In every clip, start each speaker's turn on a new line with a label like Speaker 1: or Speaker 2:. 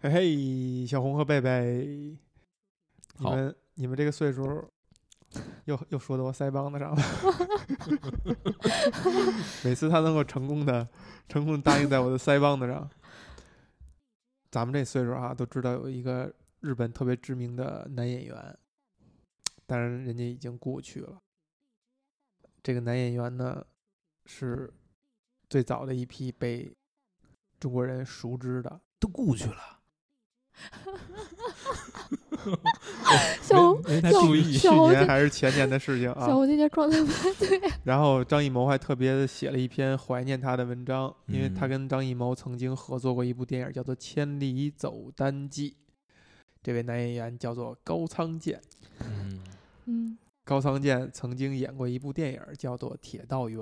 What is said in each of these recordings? Speaker 1: 嘿嘿，小红和贝贝，你
Speaker 2: 好
Speaker 1: 们你们这个岁数，又又说到我腮帮子上了。 每次他能够成功的成功地答应在我的腮帮子上，咱们这岁数啊，都知道有一个日本特别知名的男演员，当然人家已经故去了。这个男演员呢，是最早的一批被中国人熟知的。
Speaker 2: 都故去了，
Speaker 1: 啊
Speaker 3: 小红，
Speaker 2: 没没太
Speaker 3: 小
Speaker 2: 注意。
Speaker 1: 去
Speaker 3: 小猴
Speaker 1: 年
Speaker 3: 子
Speaker 1: 还是前年的事情
Speaker 3: 小
Speaker 1: 啊。
Speaker 3: 红今天状态不太对，
Speaker 1: 然后张艺谋还特别地写了一篇怀念他的文章，因为他
Speaker 2: 嗯
Speaker 1: 跟张艺谋曾经合作过一部电影，叫做《千里走单骑》。这位男演员叫做高仓健，
Speaker 2: 嗯
Speaker 3: 嗯
Speaker 1: 高仓健曾经演过一部电影叫做《铁道员》。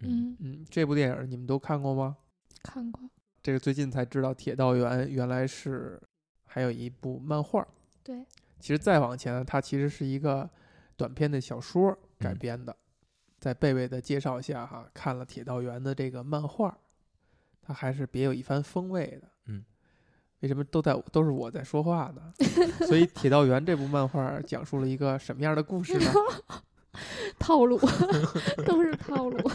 Speaker 3: 嗯，
Speaker 1: 嗯，这部电影你们都看过吗？
Speaker 3: 看过，
Speaker 1: 这个最近才知道，《铁道员》原来是还有一部漫画儿。
Speaker 3: 对，
Speaker 1: 其实再往前呢，它其实是一个短篇的小说改
Speaker 2: 嗯
Speaker 1: 编的。在贝贝的介绍下，哈，看了《铁道员》的这个漫画，它还是别有一番风味的。
Speaker 2: 嗯，
Speaker 1: 为什么都在都是我在说话呢？所以，《铁道员》这部漫画讲述了一个什么样的故事呢？
Speaker 3: 套路都是套路。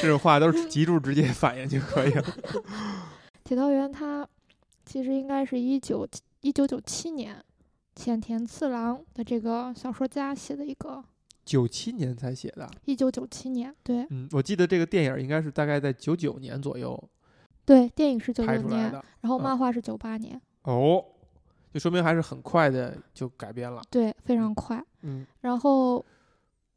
Speaker 1: 这种话都是脊柱直接反应就可以了。
Speaker 3: 铁道员他其实应该是一九一九九七年浅田次郎的这个小说家写的一个
Speaker 1: 九七年才写的，
Speaker 3: 一九九七年，对
Speaker 1: 嗯，我记得这个电影应该是大概在九九年左右
Speaker 3: 对，电影是九
Speaker 1: 拍
Speaker 3: 九
Speaker 1: 出来
Speaker 3: 年，
Speaker 1: 的
Speaker 3: 然后
Speaker 1: 嗯
Speaker 3: 漫画是九八年，
Speaker 1: 哦，就说明还是很快的就改编了。
Speaker 3: 对，非常快。
Speaker 1: 嗯
Speaker 3: 然后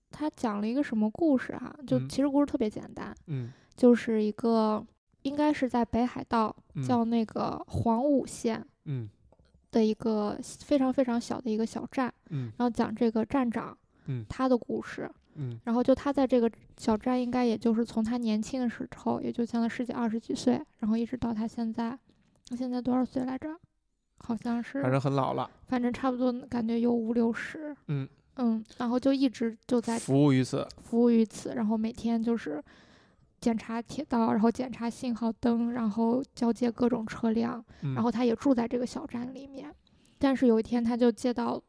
Speaker 3: 他讲了一个什么故事哈、就
Speaker 1: 嗯
Speaker 3: 其实故事特别简单，
Speaker 1: 嗯
Speaker 3: 就是一个应该是在北海道
Speaker 1: 嗯
Speaker 3: 叫那个黄武县
Speaker 1: 嗯
Speaker 3: 的一个非常非常小的一个小站，
Speaker 1: 嗯
Speaker 3: 然后讲这个站长
Speaker 1: 嗯
Speaker 3: 他的故事，
Speaker 1: 嗯
Speaker 3: 然后就他在这个小站应该也就是从他年轻的时候，也就像他十几二十几岁，然后一直到他现在，他现在多少岁来着？好像是
Speaker 1: 反正很老了，
Speaker 3: 反正差不多感觉有五六十，
Speaker 1: 嗯
Speaker 3: 嗯，然后就一直就在
Speaker 1: 服务于此。
Speaker 3: 服务于此，然后每天就是检查铁道，然后检查信号灯，然后交接各种车辆，
Speaker 1: 嗯
Speaker 3: 然后他也住在这个小站里面。但是有一天，他就接到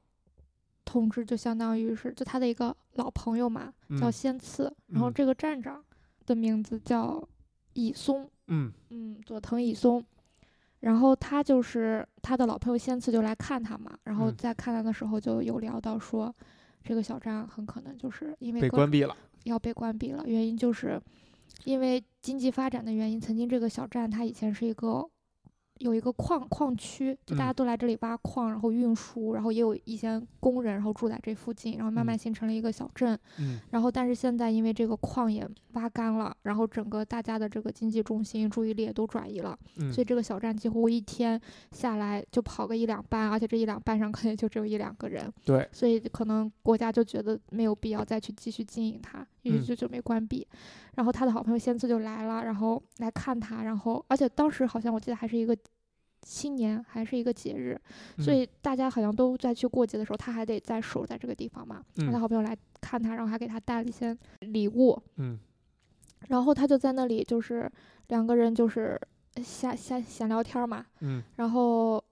Speaker 3: 通知，就相当于是就他的一个老朋友嘛，叫
Speaker 1: 嗯
Speaker 3: 仙次，然后
Speaker 1: 嗯
Speaker 3: 这个站长的名字叫乙松，
Speaker 1: 嗯
Speaker 3: 嗯，佐藤乙松。然后他就是他的老朋友仙次就来看他嘛，然后
Speaker 1: 嗯
Speaker 3: 在看他的时候就有聊到说，这个小站很可能就是因为
Speaker 1: 被
Speaker 3: 各
Speaker 1: 关闭了。
Speaker 3: 要被关闭了，原因就是因为经济发展的原因，曾经这个小站它以前是一个有一个矿矿区，就大
Speaker 1: 嗯
Speaker 3: 家都来这里挖矿，然后运输，然后也有一些工人，然后住在这附近，然后慢慢
Speaker 1: 嗯
Speaker 3: 形成了一个小镇。
Speaker 1: 嗯
Speaker 3: 然后，但是现在因为这个矿也挖干了，然后整个大家的这个经济重心注意力也都转移了，
Speaker 1: 嗯
Speaker 3: 所以这个小站几乎一天下来就跑个一两班，而且这一两班上可能就只有一两个人，
Speaker 1: 对，
Speaker 3: 所以可能国家就觉得没有必要再去继续经营它，于
Speaker 1: 嗯
Speaker 3: 是就准备关闭。然后他的好朋友仙次就来了，然后来看他，然后而且当时好像我记得还是一个新年，还是一个节日，所
Speaker 1: 嗯
Speaker 3: 以大家好像都在去过节的时候，他还得在守在这个地方嘛。他的
Speaker 1: 嗯
Speaker 3: 好朋友来看他，然后还给他带了一些礼物，
Speaker 1: 嗯
Speaker 3: 然后他就在那里就是两个人就是瞎瞎闲聊天儿嘛，
Speaker 1: 嗯
Speaker 3: 然后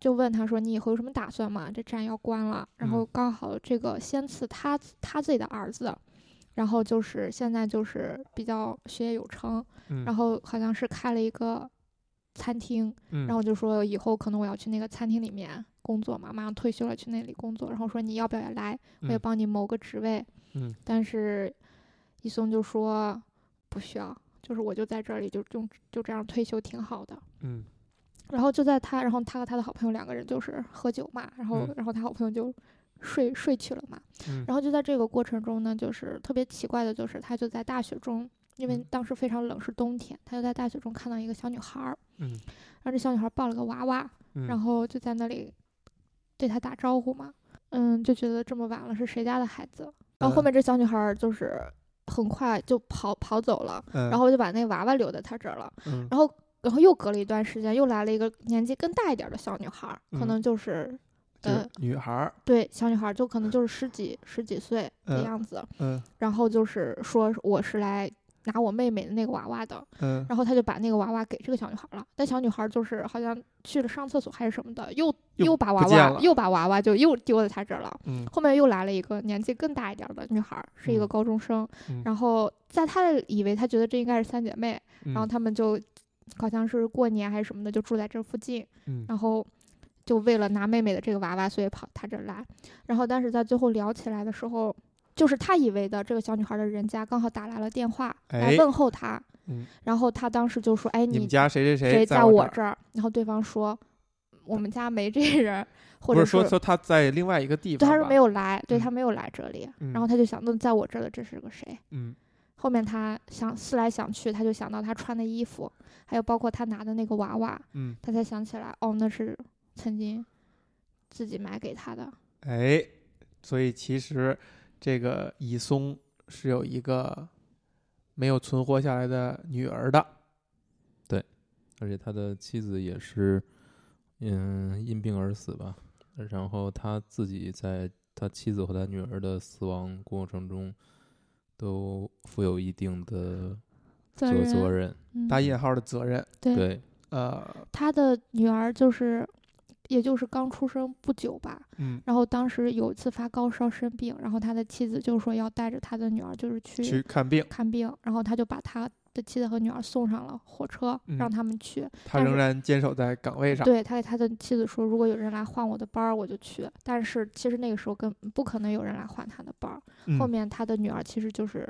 Speaker 3: 就问他说：“你以后有什么打算吗？这站要关了。”然后
Speaker 1: 嗯
Speaker 3: 刚好这个仙次他他自己的儿子，然后就是现在就是比较学业有成，
Speaker 1: 嗯，
Speaker 3: 然
Speaker 1: 后
Speaker 3: 后好像是开了一个餐厅，
Speaker 1: 然
Speaker 3: 然后就说以后可能我要去那个餐厅里面工作嘛，马上退休了去那里工作，然后说你要不要也来，我也
Speaker 1: 嗯
Speaker 3: 帮你谋个职位。
Speaker 1: 嗯
Speaker 3: 但是一松就说不需要，就是我就在这里就就就这样退休挺好的。
Speaker 1: 嗯
Speaker 3: 然后就在他，然后他和他的好朋友两个人就是喝酒嘛，然后、
Speaker 1: 嗯
Speaker 3: 然后他好朋友就睡睡去了嘛。
Speaker 1: 嗯
Speaker 3: 然后就在这个过程中呢，就是特别奇怪的，就是他就在大雪中，因为
Speaker 1: 嗯
Speaker 3: 当时非常冷，是冬天，他就在大雪中看到一个小女孩儿，
Speaker 1: 嗯
Speaker 3: 然后这小女孩儿抱了个娃娃，
Speaker 1: 嗯，
Speaker 3: 然后就在那里对他打招呼嘛，嗯，就觉得这么晚了是谁家的孩子？然后后
Speaker 1: 嗯
Speaker 3: 面这小女孩儿就是很快就跑跑走了，
Speaker 1: 嗯
Speaker 3: 然后就把那娃娃留在他这儿了。
Speaker 1: 嗯
Speaker 3: 然后然后又隔了一段时间，又来了一个年纪更大一点儿的小女孩儿，可
Speaker 1: 嗯
Speaker 3: 能就是、
Speaker 1: 就是
Speaker 3: 呃，
Speaker 1: 女孩儿，
Speaker 3: 对，小女孩儿就可能就是十几十几岁的
Speaker 1: 嗯
Speaker 3: 样子。
Speaker 1: 嗯
Speaker 3: 然后就是说我是来拿我妹妹的那个娃娃的，
Speaker 1: 嗯，
Speaker 3: 然后他就把那个娃娃给这个小女孩了，但小女孩就是好像去了上厕所还是什么的，又
Speaker 1: 又
Speaker 3: 又把娃
Speaker 1: 不见
Speaker 3: 娃
Speaker 1: 了
Speaker 3: 又把娃娃就又丢在他这儿了。
Speaker 1: 嗯
Speaker 3: 后面又来了一个年纪更大一点儿的女孩儿，是一个
Speaker 1: 嗯
Speaker 3: 高中生，
Speaker 1: 嗯
Speaker 3: 然后在她的以为她觉得这应该是三姐妹，
Speaker 1: 嗯
Speaker 3: 然后她们就好像是过年还是什么的，就住在这附近，
Speaker 1: 嗯
Speaker 3: 然后就为了拿妹妹的这个娃娃，所以跑她这儿来。然后但是在最后聊起来的时候，就是她以为的这个小女孩的人家刚好打来了电话来
Speaker 1: 哎
Speaker 3: 问候她，
Speaker 1: 嗯
Speaker 3: 然后她当时就说：“哎，
Speaker 1: 你
Speaker 3: 你
Speaker 1: 们家谁谁
Speaker 3: 谁
Speaker 1: 在
Speaker 3: 我
Speaker 1: 这儿？
Speaker 3: 这儿？”然后对方说：“我们家没这人。”或
Speaker 1: 不
Speaker 3: 者
Speaker 1: 是说说他在另外一个地方
Speaker 3: 对，
Speaker 1: 吧，
Speaker 3: 他说没有来，对
Speaker 1: 嗯
Speaker 3: 他没有来这里，然
Speaker 1: 嗯
Speaker 3: 后他就想，那在我这儿的这是个谁？
Speaker 1: 嗯，
Speaker 3: 后面他想思来想去，他就想到他穿的衣服，还有包括他拿的那个娃娃，
Speaker 1: 嗯
Speaker 3: 他才想起来，哦，那是曾经自己买给他的。
Speaker 1: 哎，所以其实这个以松是有一个没有存活下来的女儿的，
Speaker 2: 而且他的妻子也是，嗯，因病而死吧。然后他自己在他妻子和他女儿的死亡过程中，都负有一定的
Speaker 3: 责
Speaker 2: 责
Speaker 3: 任，
Speaker 2: 责任。
Speaker 3: 嗯
Speaker 1: 打引号的责任，
Speaker 3: 对
Speaker 2: 对，
Speaker 1: 呃，
Speaker 3: 他的女儿就是，也就是刚出生不久吧，
Speaker 1: 嗯，
Speaker 3: 然后当时有一次发高烧生病，然后他的妻子就说要带着他的女儿就是
Speaker 1: 去看病，
Speaker 3: 看病，然后他就把他的妻子和女儿送上了火车，
Speaker 1: 嗯
Speaker 3: 让他们去。
Speaker 1: 他
Speaker 3: 但
Speaker 1: 仍
Speaker 3: 是
Speaker 1: 然坚守在岗位上，
Speaker 3: 对他给他的妻子说，如果有人来换我的班儿，我就去。但是其实那个时候根本不可能有人来换他的班儿。
Speaker 1: 嗯
Speaker 3: 后面他的女儿其实就是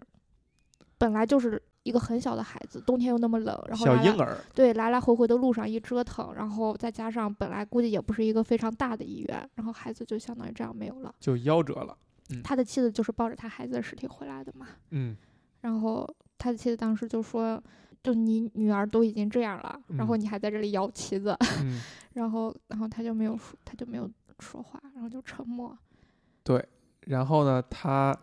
Speaker 3: 本来就是一个很小的孩子，冬天又那么冷，然后
Speaker 1: 小
Speaker 3: 来
Speaker 1: 婴
Speaker 3: 来
Speaker 1: 儿，
Speaker 3: 对来来回回的路上一折腾，然后再加上本来估计也不是一个非常大的医院，然后孩子就相当于这样没有了。
Speaker 1: 就夭折了，
Speaker 3: 他的妻子就是抱着他孩子的尸体回来的嘛。
Speaker 1: 嗯
Speaker 3: 然后他的妻子当时就说：“就你女儿都已经这样了，然后
Speaker 1: 嗯
Speaker 3: 你还在这里摇旗子。
Speaker 1: 嗯，
Speaker 3: 然后，然后他就没有说，他就没有说话，然后就沉默。
Speaker 1: 然后呢，他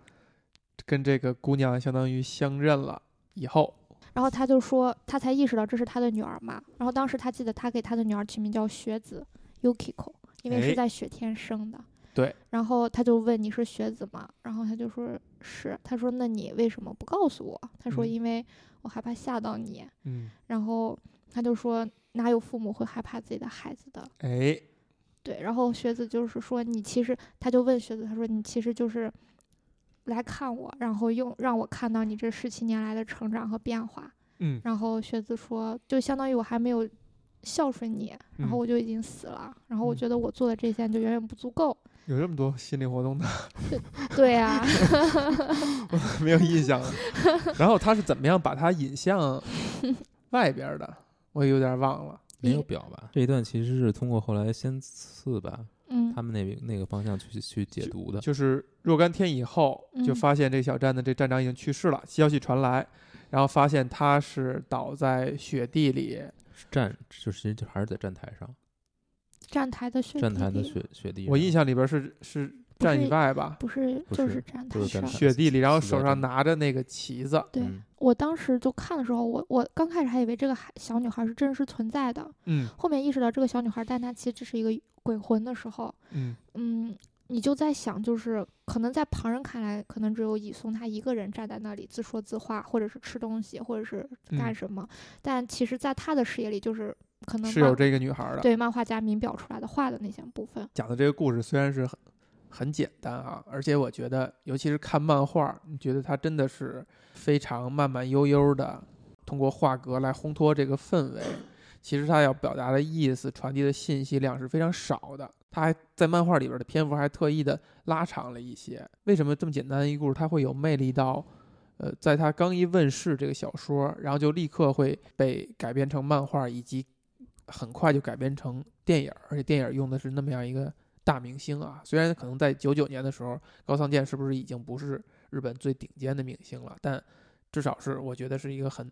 Speaker 1: 跟这个姑娘相当于相认了以后，
Speaker 3: 然后他就说，他才意识到这是他的女儿嘛。然后当时他记得他给他的女儿取名叫雪子 Yukiko，因为
Speaker 1: 哎
Speaker 3: 是在雪天生的。
Speaker 1: 对。
Speaker 3: 然后他就问你是雪子吗？然后他就说是。他说那你为什么不告诉我？他说
Speaker 1: 嗯
Speaker 3: 因为我害怕吓到你。
Speaker 1: 嗯，
Speaker 3: 然后他就说哪有父母会害怕自己的孩子的？
Speaker 1: 哎，
Speaker 3: 对，然后学子就是说，你其实他就问学子，他说你其实就是来看我，然后用让我看到你这十七年来的成长和变化。
Speaker 1: 嗯
Speaker 3: 然后学子说，就相当于我还没有孝顺你，然后
Speaker 1: 嗯
Speaker 3: 我就已经死了，然后我
Speaker 1: 嗯
Speaker 3: 觉得我做的这些就远远不足够。
Speaker 1: 有这么多心理活动的
Speaker 3: 对啊呀、
Speaker 1: 没有印 象了。然后他是怎么样把他引向外边儿的？我也有点忘了。
Speaker 2: 没有
Speaker 3: 一
Speaker 2: 表吧？这一段其实是通过后来先次吧，
Speaker 3: 嗯
Speaker 2: 他，们那边那个方向去去解读的。
Speaker 1: 就是若干天以后，就
Speaker 3: 嗯
Speaker 1: 发现这小站的这站长已经去世了，消息传来，然后发现他是倒在雪地里，
Speaker 2: 站就其实就还是在站台上，
Speaker 3: 站台的学
Speaker 2: 站台的
Speaker 3: 弟
Speaker 2: 雪雪地上。
Speaker 1: 我印象里边是是
Speaker 3: 不
Speaker 1: 站以
Speaker 3: 是
Speaker 1: 外吧，
Speaker 3: 不是
Speaker 2: 不
Speaker 3: 就是站台
Speaker 2: 就是
Speaker 3: 上
Speaker 2: 站。台
Speaker 1: 雪地里，然后
Speaker 2: 死在
Speaker 1: 手
Speaker 2: 这
Speaker 1: 上
Speaker 2: 里
Speaker 1: 拿着那个旗子，
Speaker 3: 对、
Speaker 2: 嗯
Speaker 3: 我当时就看的时候，我我刚开始还以为这个孩小女孩是真实存在的，
Speaker 1: 嗯
Speaker 3: 后面意识到这个小女孩，但她其实只是一个鬼魂的时候，
Speaker 1: 嗯
Speaker 3: 嗯，你就在想，就是可能在旁人看来，可能只有以松她一个人站在那里自说自话，或者是吃东西，或者是干
Speaker 1: 嗯
Speaker 3: 什么，但其实，在她的视野里，就是可能
Speaker 1: 是有
Speaker 3: 漫
Speaker 1: 这个女孩儿的。
Speaker 3: 对漫画家明表出来的画的那些部分，
Speaker 1: 讲的这个故事虽然是很很简单啊，而且我觉得，尤其是看漫画，你觉得它真的是非常慢慢悠悠的，通过画格来烘托这个氛围。其实它要表达的意思、传递的信息量是非常少的。它还在漫画里边的篇幅还特意的拉长了一些。为什么这么简单的一个故事，它会有魅力到，呃，在它刚一问世这个小说，然后就立刻会被改编成漫画，以及很快就改编成电影儿，而且电影儿用的是那么样一个大明星啊。虽然可能在九九年的时候，高仓健是不是已经不是日本最顶尖的明星了，但至少是我觉得是一个很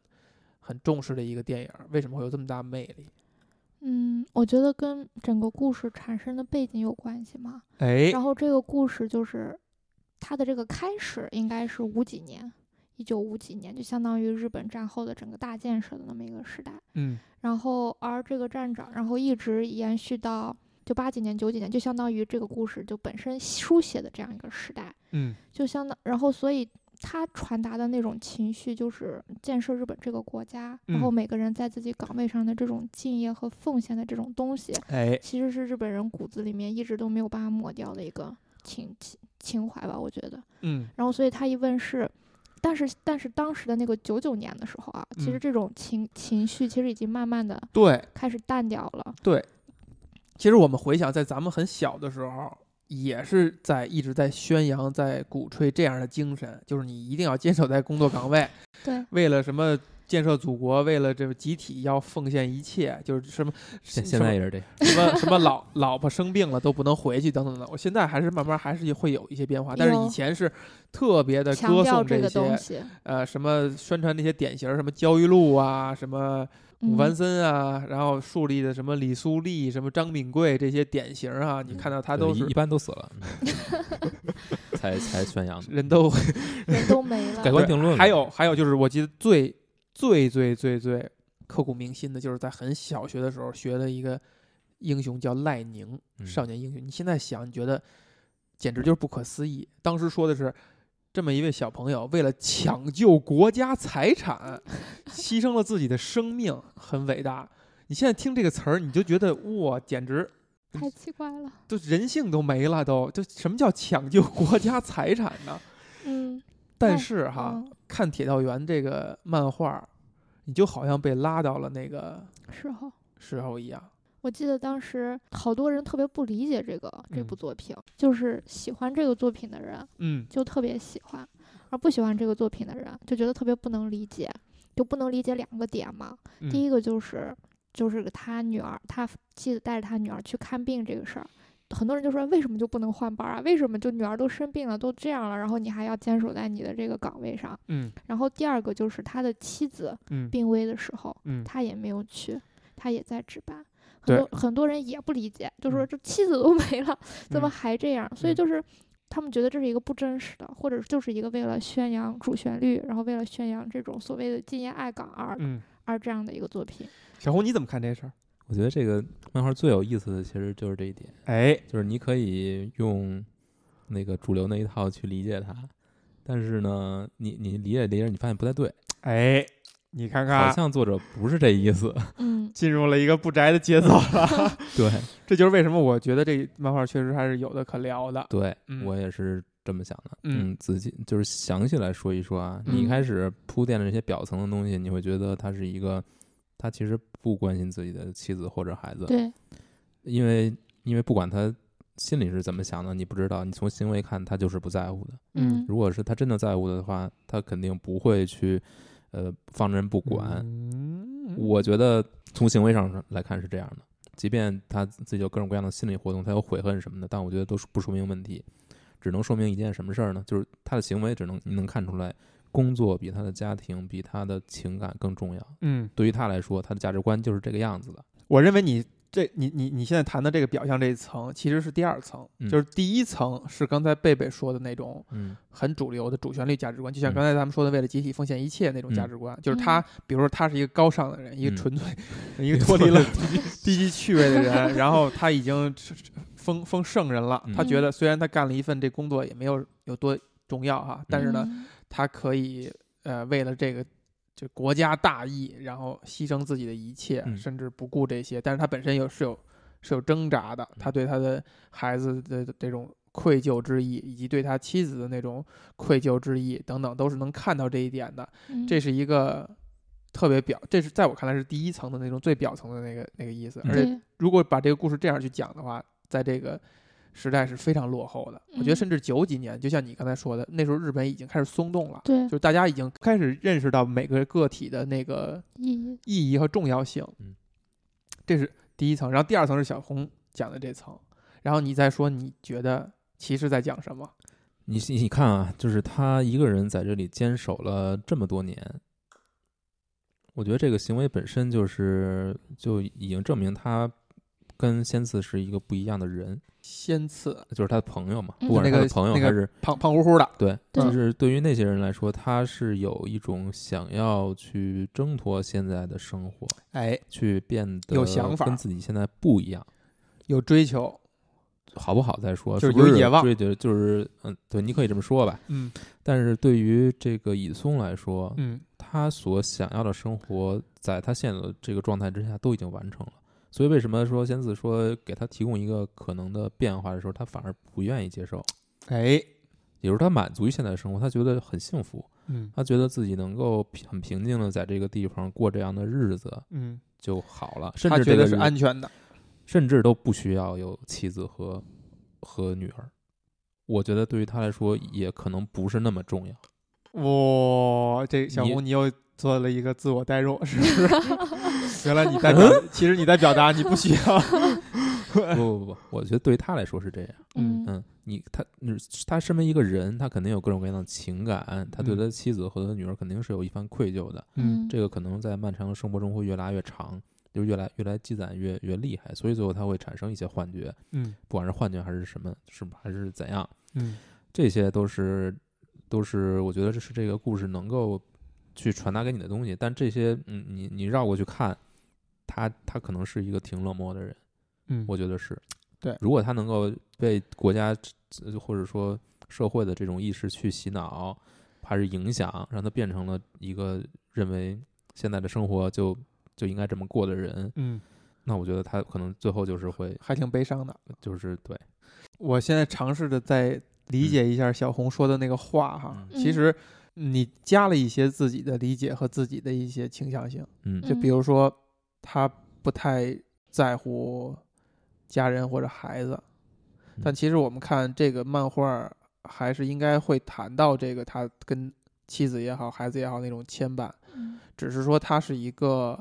Speaker 1: 很重视的一个电影儿。为什么会有这么大魅力？
Speaker 3: 嗯，我觉得跟整个故事产生的背景有关系嘛。
Speaker 1: 哎
Speaker 3: 然后这个故事就是它的这个开始应该是五几年，一九五几年，就相当于日本战后的整个大建设的那么一个时代。
Speaker 1: 嗯
Speaker 3: 然后而这个站长，然后一直延续到就八几年、九几年，就相当于这个故事就本身书写的这样一个时代，
Speaker 1: 嗯
Speaker 3: 就相当然后所以他传达的那种情绪，就是建设日本这个国家，然后
Speaker 1: 嗯
Speaker 3: 每个人在自己岗位上的这种敬业和奉献的这种东西，
Speaker 1: 哎，
Speaker 3: 其实是日本人骨子里面一直都没有办法抹掉的一个情情情怀吧，我觉得。
Speaker 1: 嗯
Speaker 3: 然后所以他一问世，但是但是当时的那个九九年的时候啊，其实
Speaker 1: 嗯
Speaker 3: 这种情情绪其实已经慢慢的
Speaker 1: 对，
Speaker 3: 开始淡掉了。
Speaker 1: 其实我们回想，在咱们很小的时候，也是在一直在宣扬、在鼓吹这样的精神，就是你一定要坚守在工作岗位，
Speaker 3: 对，
Speaker 1: 为了什么建设祖国，为了这个集体要奉献一切，就是什么
Speaker 2: 现
Speaker 1: 什
Speaker 2: 现
Speaker 1: 么
Speaker 2: 在也是这样。
Speaker 1: 什么什么老 老婆生病了都不能回去等等等。我现在还是慢慢还是会有一些变化，但是
Speaker 3: 有
Speaker 1: 以前是特别的
Speaker 3: 强
Speaker 1: 歌
Speaker 3: 调
Speaker 1: 颂
Speaker 3: 这个东
Speaker 1: 些
Speaker 3: 西，
Speaker 1: 呃什么宣传那些典型儿，什么焦裕禄啊，什么
Speaker 3: 嗯
Speaker 1: 武văn森啊，然后树立的什么李苏立、什么张炳贵这些典型儿啊，你看到他
Speaker 2: 对
Speaker 1: 都
Speaker 2: 一
Speaker 1: 是
Speaker 2: 一般都死了， 嗯才才宣扬的
Speaker 1: 人都会
Speaker 3: 人都没 了
Speaker 2: 改。观定论了。
Speaker 1: 还有还有就是，我记得最最最最最刻骨铭心的，就是在很小学的时候学的一个英雄叫赖宁，
Speaker 2: 嗯
Speaker 1: 少年英雄。你现在想，你觉得简直就是不可思议。当时说的是。这么一位小朋友，为了抢救国家财产，牺牲了自己的生命，很伟大。你现在听这个词儿，你就觉得哇，简直
Speaker 3: 太奇怪了，
Speaker 1: 就人性都没了都，就什么叫抢救国家财产呢？
Speaker 3: 嗯，
Speaker 1: 但
Speaker 3: 但
Speaker 1: 是哈，
Speaker 3: 嗯
Speaker 1: 看《铁道员》这个漫画，你就好像被拉到了那个
Speaker 3: 是哈。
Speaker 1: 时候一样。
Speaker 3: 我记得当时好多人特别不理解这个这
Speaker 1: 嗯
Speaker 3: 部作品，就是喜欢这个作品的人
Speaker 1: 嗯，
Speaker 3: 就特别喜欢，而不喜欢这个作品的人就觉得特别不能理解，就不能理解两个点嘛。第
Speaker 1: 一，
Speaker 3: 一个就是就是他女儿，他妻子带着他女儿去看病这个事儿。很多人就说为什么就不能换班儿啊？为什么就女儿都生病了，都这样了，然后你还要坚守在你的这个岗位上？
Speaker 1: 嗯
Speaker 3: 然后第二个就是他的妻子
Speaker 1: 嗯
Speaker 3: 病危的时候，
Speaker 1: 嗯，
Speaker 3: 他也没有去，他也在值班。
Speaker 1: 对
Speaker 3: 很多很多人也不理解，就说
Speaker 1: 嗯
Speaker 3: 这妻子都没了，怎么
Speaker 1: 嗯
Speaker 3: 还这样？所以
Speaker 1: 嗯
Speaker 3: 就是他们觉得这是一个不真实的，或者就是一个为了宣扬主旋律，然后为了宣扬这种所谓的敬业爱港而
Speaker 1: 嗯，
Speaker 3: 而这样的一个作 品。
Speaker 1: 小红你怎么看这事儿？
Speaker 2: 我觉得这个漫画最有意思的其实就是这一点，
Speaker 1: 哎，
Speaker 2: 就是你可以用那个主流那一套去理解它，但是呢，你你理解理解，你发现不太对，
Speaker 1: 哎，你看
Speaker 2: 好
Speaker 1: 看，
Speaker 2: 像作者不是这 意思。
Speaker 3: 嗯，
Speaker 1: 进入了一个不宅的节奏 了。
Speaker 2: 对
Speaker 1: 这就是为什么我觉得这漫画确实还是有的可聊的。
Speaker 2: 对，
Speaker 1: 嗯
Speaker 2: 我也是这么想的。
Speaker 1: 嗯
Speaker 2: 嗯，仔细就是详细来说一说啊，你一
Speaker 3: 嗯
Speaker 2: 开始铺垫的这些表层的东西，你会觉得他是一个，他其实不关心自己的妻子或者孩子，
Speaker 3: 对，
Speaker 2: 因为因为不管他心里是怎么想的，你不知道，你从行为看他就是不在乎的。
Speaker 1: 嗯
Speaker 2: 如果是他真的在乎的话，他肯定不会去呃放任不管。
Speaker 1: 嗯，
Speaker 2: 我觉得从行为上来看是这样的，即便他自己有各种各样的心理活动，他有悔恨什么的，但我觉得都是不说明问题，只能说明一件什么事儿呢？就是他的行为只能你能看出来，工作比他的家庭比他的情感更重要。
Speaker 1: 嗯，
Speaker 2: 对于他来说，他的价值观就是这个样子的。
Speaker 1: 我认为你这你你你现在谈的这个表象这一层，其实是第二层，
Speaker 2: 嗯
Speaker 1: 就是第一层是刚才贝贝说的那种
Speaker 2: 嗯
Speaker 1: 很主流的主旋律价值观，就像
Speaker 2: 嗯
Speaker 1: 刚才咱们说的，为了集体奉献一切那种价值观，就是
Speaker 3: 嗯
Speaker 1: 他，比如说他是一个高尚的人，一个
Speaker 2: 嗯
Speaker 1: 纯 粹、一个脱离了低级趣味的人，然后他已经封封圣人了，
Speaker 2: 嗯
Speaker 1: 他觉得虽然他干了一份这工作也没有有多重要哈，但是呢，
Speaker 3: 嗯
Speaker 1: 他可以呃为了这个。就国家大义，然后牺牲自己的一切，
Speaker 2: 嗯
Speaker 1: 甚至不顾这些，但是他本身有是有是有挣扎
Speaker 2: 嗯
Speaker 1: 的，他对他的孩子的这种愧疚之意，以及对他妻子的那种愧疚之意等等，都是能看到这一点的。
Speaker 3: 嗯
Speaker 1: 这是一个特别表，这是在我看来是第一层的那种最表层的那个那个意思。
Speaker 2: 嗯
Speaker 1: 而且
Speaker 3: 对
Speaker 1: 如果把这个故事这样去讲的话，在这个时代是非常落后的。我觉得
Speaker 3: 嗯
Speaker 1: 甚至九几年，就像你刚才说的，那时候日本已经开始松动了。
Speaker 3: 对
Speaker 1: 就是大家已经开始认识到每个个体的那个
Speaker 3: 意义，
Speaker 1: 意义和重要性。
Speaker 2: 嗯，
Speaker 1: 这是第一层，然后第二层是小红讲的这层，然后你再说你觉得其实在讲什么？
Speaker 2: 你你你看啊，就是他一个人在这里坚守了这么多年，我觉得这个行为本身就是就已经证明他跟仙次是一个不一样的人，
Speaker 1: 先次
Speaker 2: 就是他的朋友嘛，
Speaker 3: 嗯
Speaker 2: 不管是他的朋友
Speaker 1: 那个
Speaker 2: 还是、
Speaker 1: 胖胖乎乎的，
Speaker 2: 对，
Speaker 3: 对
Speaker 2: 就是对于那些人来说，他是有一种想要去挣脱现在的生活，
Speaker 1: 哎，
Speaker 2: 去变得
Speaker 1: 有想法
Speaker 2: 跟自己现在不一样。
Speaker 1: 有追求，
Speaker 2: 好不好再说，
Speaker 1: 就是
Speaker 2: 是不
Speaker 1: 有
Speaker 2: 是
Speaker 1: 野望
Speaker 2: 追的就是嗯，对，你可以这么说吧。
Speaker 1: 嗯
Speaker 2: 但是对于这个以松来说，
Speaker 1: 嗯，
Speaker 2: 他所想要的生活，在他现有的这个状态之下都已经完成了。所以为什么说仙子说给他提供一个可能的变化的时候，他反而不愿意接受？
Speaker 1: 哎，
Speaker 2: 也就是他满足于现在的生活，他觉得很幸福，
Speaker 1: 嗯
Speaker 2: 他觉得自己能够平很平静的在这个地方过这样的日子
Speaker 1: 嗯，
Speaker 2: 就好了，甚
Speaker 1: 他
Speaker 2: 至
Speaker 1: 觉
Speaker 2: 这
Speaker 1: 得
Speaker 2: 个
Speaker 1: 是
Speaker 2: 日
Speaker 1: 安全的，
Speaker 2: 甚至都不需要有妻子和和女儿。我觉得对于他来说，也可能不是那么重要。
Speaker 1: 哇、这小
Speaker 2: 你
Speaker 1: 红你又做了一个自我代入，是不是？原来你代表，
Speaker 2: 嗯
Speaker 1: 其实你在表达你不需要。哎
Speaker 2: 不不不，我觉得对于他来说是这样。
Speaker 1: 嗯
Speaker 2: 嗯，你他嗯他身为一个人，他肯定有各种各样的情感，他对
Speaker 1: 嗯
Speaker 2: 他妻子和他女儿肯定是有一番愧疚的。
Speaker 1: 嗯
Speaker 2: 这个可能在漫长的生活中会越拉越长，就越来越来积攒越越厉害，所以最后他会产生一些幻觉，
Speaker 1: 嗯
Speaker 2: 不管是幻觉还是什么，是还是怎样，
Speaker 1: 嗯
Speaker 2: 这些都是都是我觉得这是这个故事能够去传达给你的东西。但这些嗯，你你绕过去看，他他可能是一个挺冷漠的人。
Speaker 1: 嗯，
Speaker 2: 我觉得是。
Speaker 1: 对
Speaker 2: 如果他能够被国家呃或者说社会的这种意识去洗脑，还是影响，让他变成了一个认为现在的生活就就应该这么过的人，
Speaker 1: 嗯
Speaker 2: 那我觉得他可能最后就是会
Speaker 1: 还挺悲伤的。
Speaker 2: 就是对，
Speaker 1: 我现在尝试着再理解一下小红说的那个话哈，
Speaker 2: 嗯
Speaker 1: 其实你加了一些自己的理解和自己的一些倾向性，
Speaker 2: 嗯
Speaker 1: 就比如说他不太在乎家人或者孩子，
Speaker 2: 嗯
Speaker 1: 但其实我们看这个漫画还是应该会谈到这个他跟妻子也好、孩子也好那种牵绊，
Speaker 3: 嗯
Speaker 1: 只是说他是一个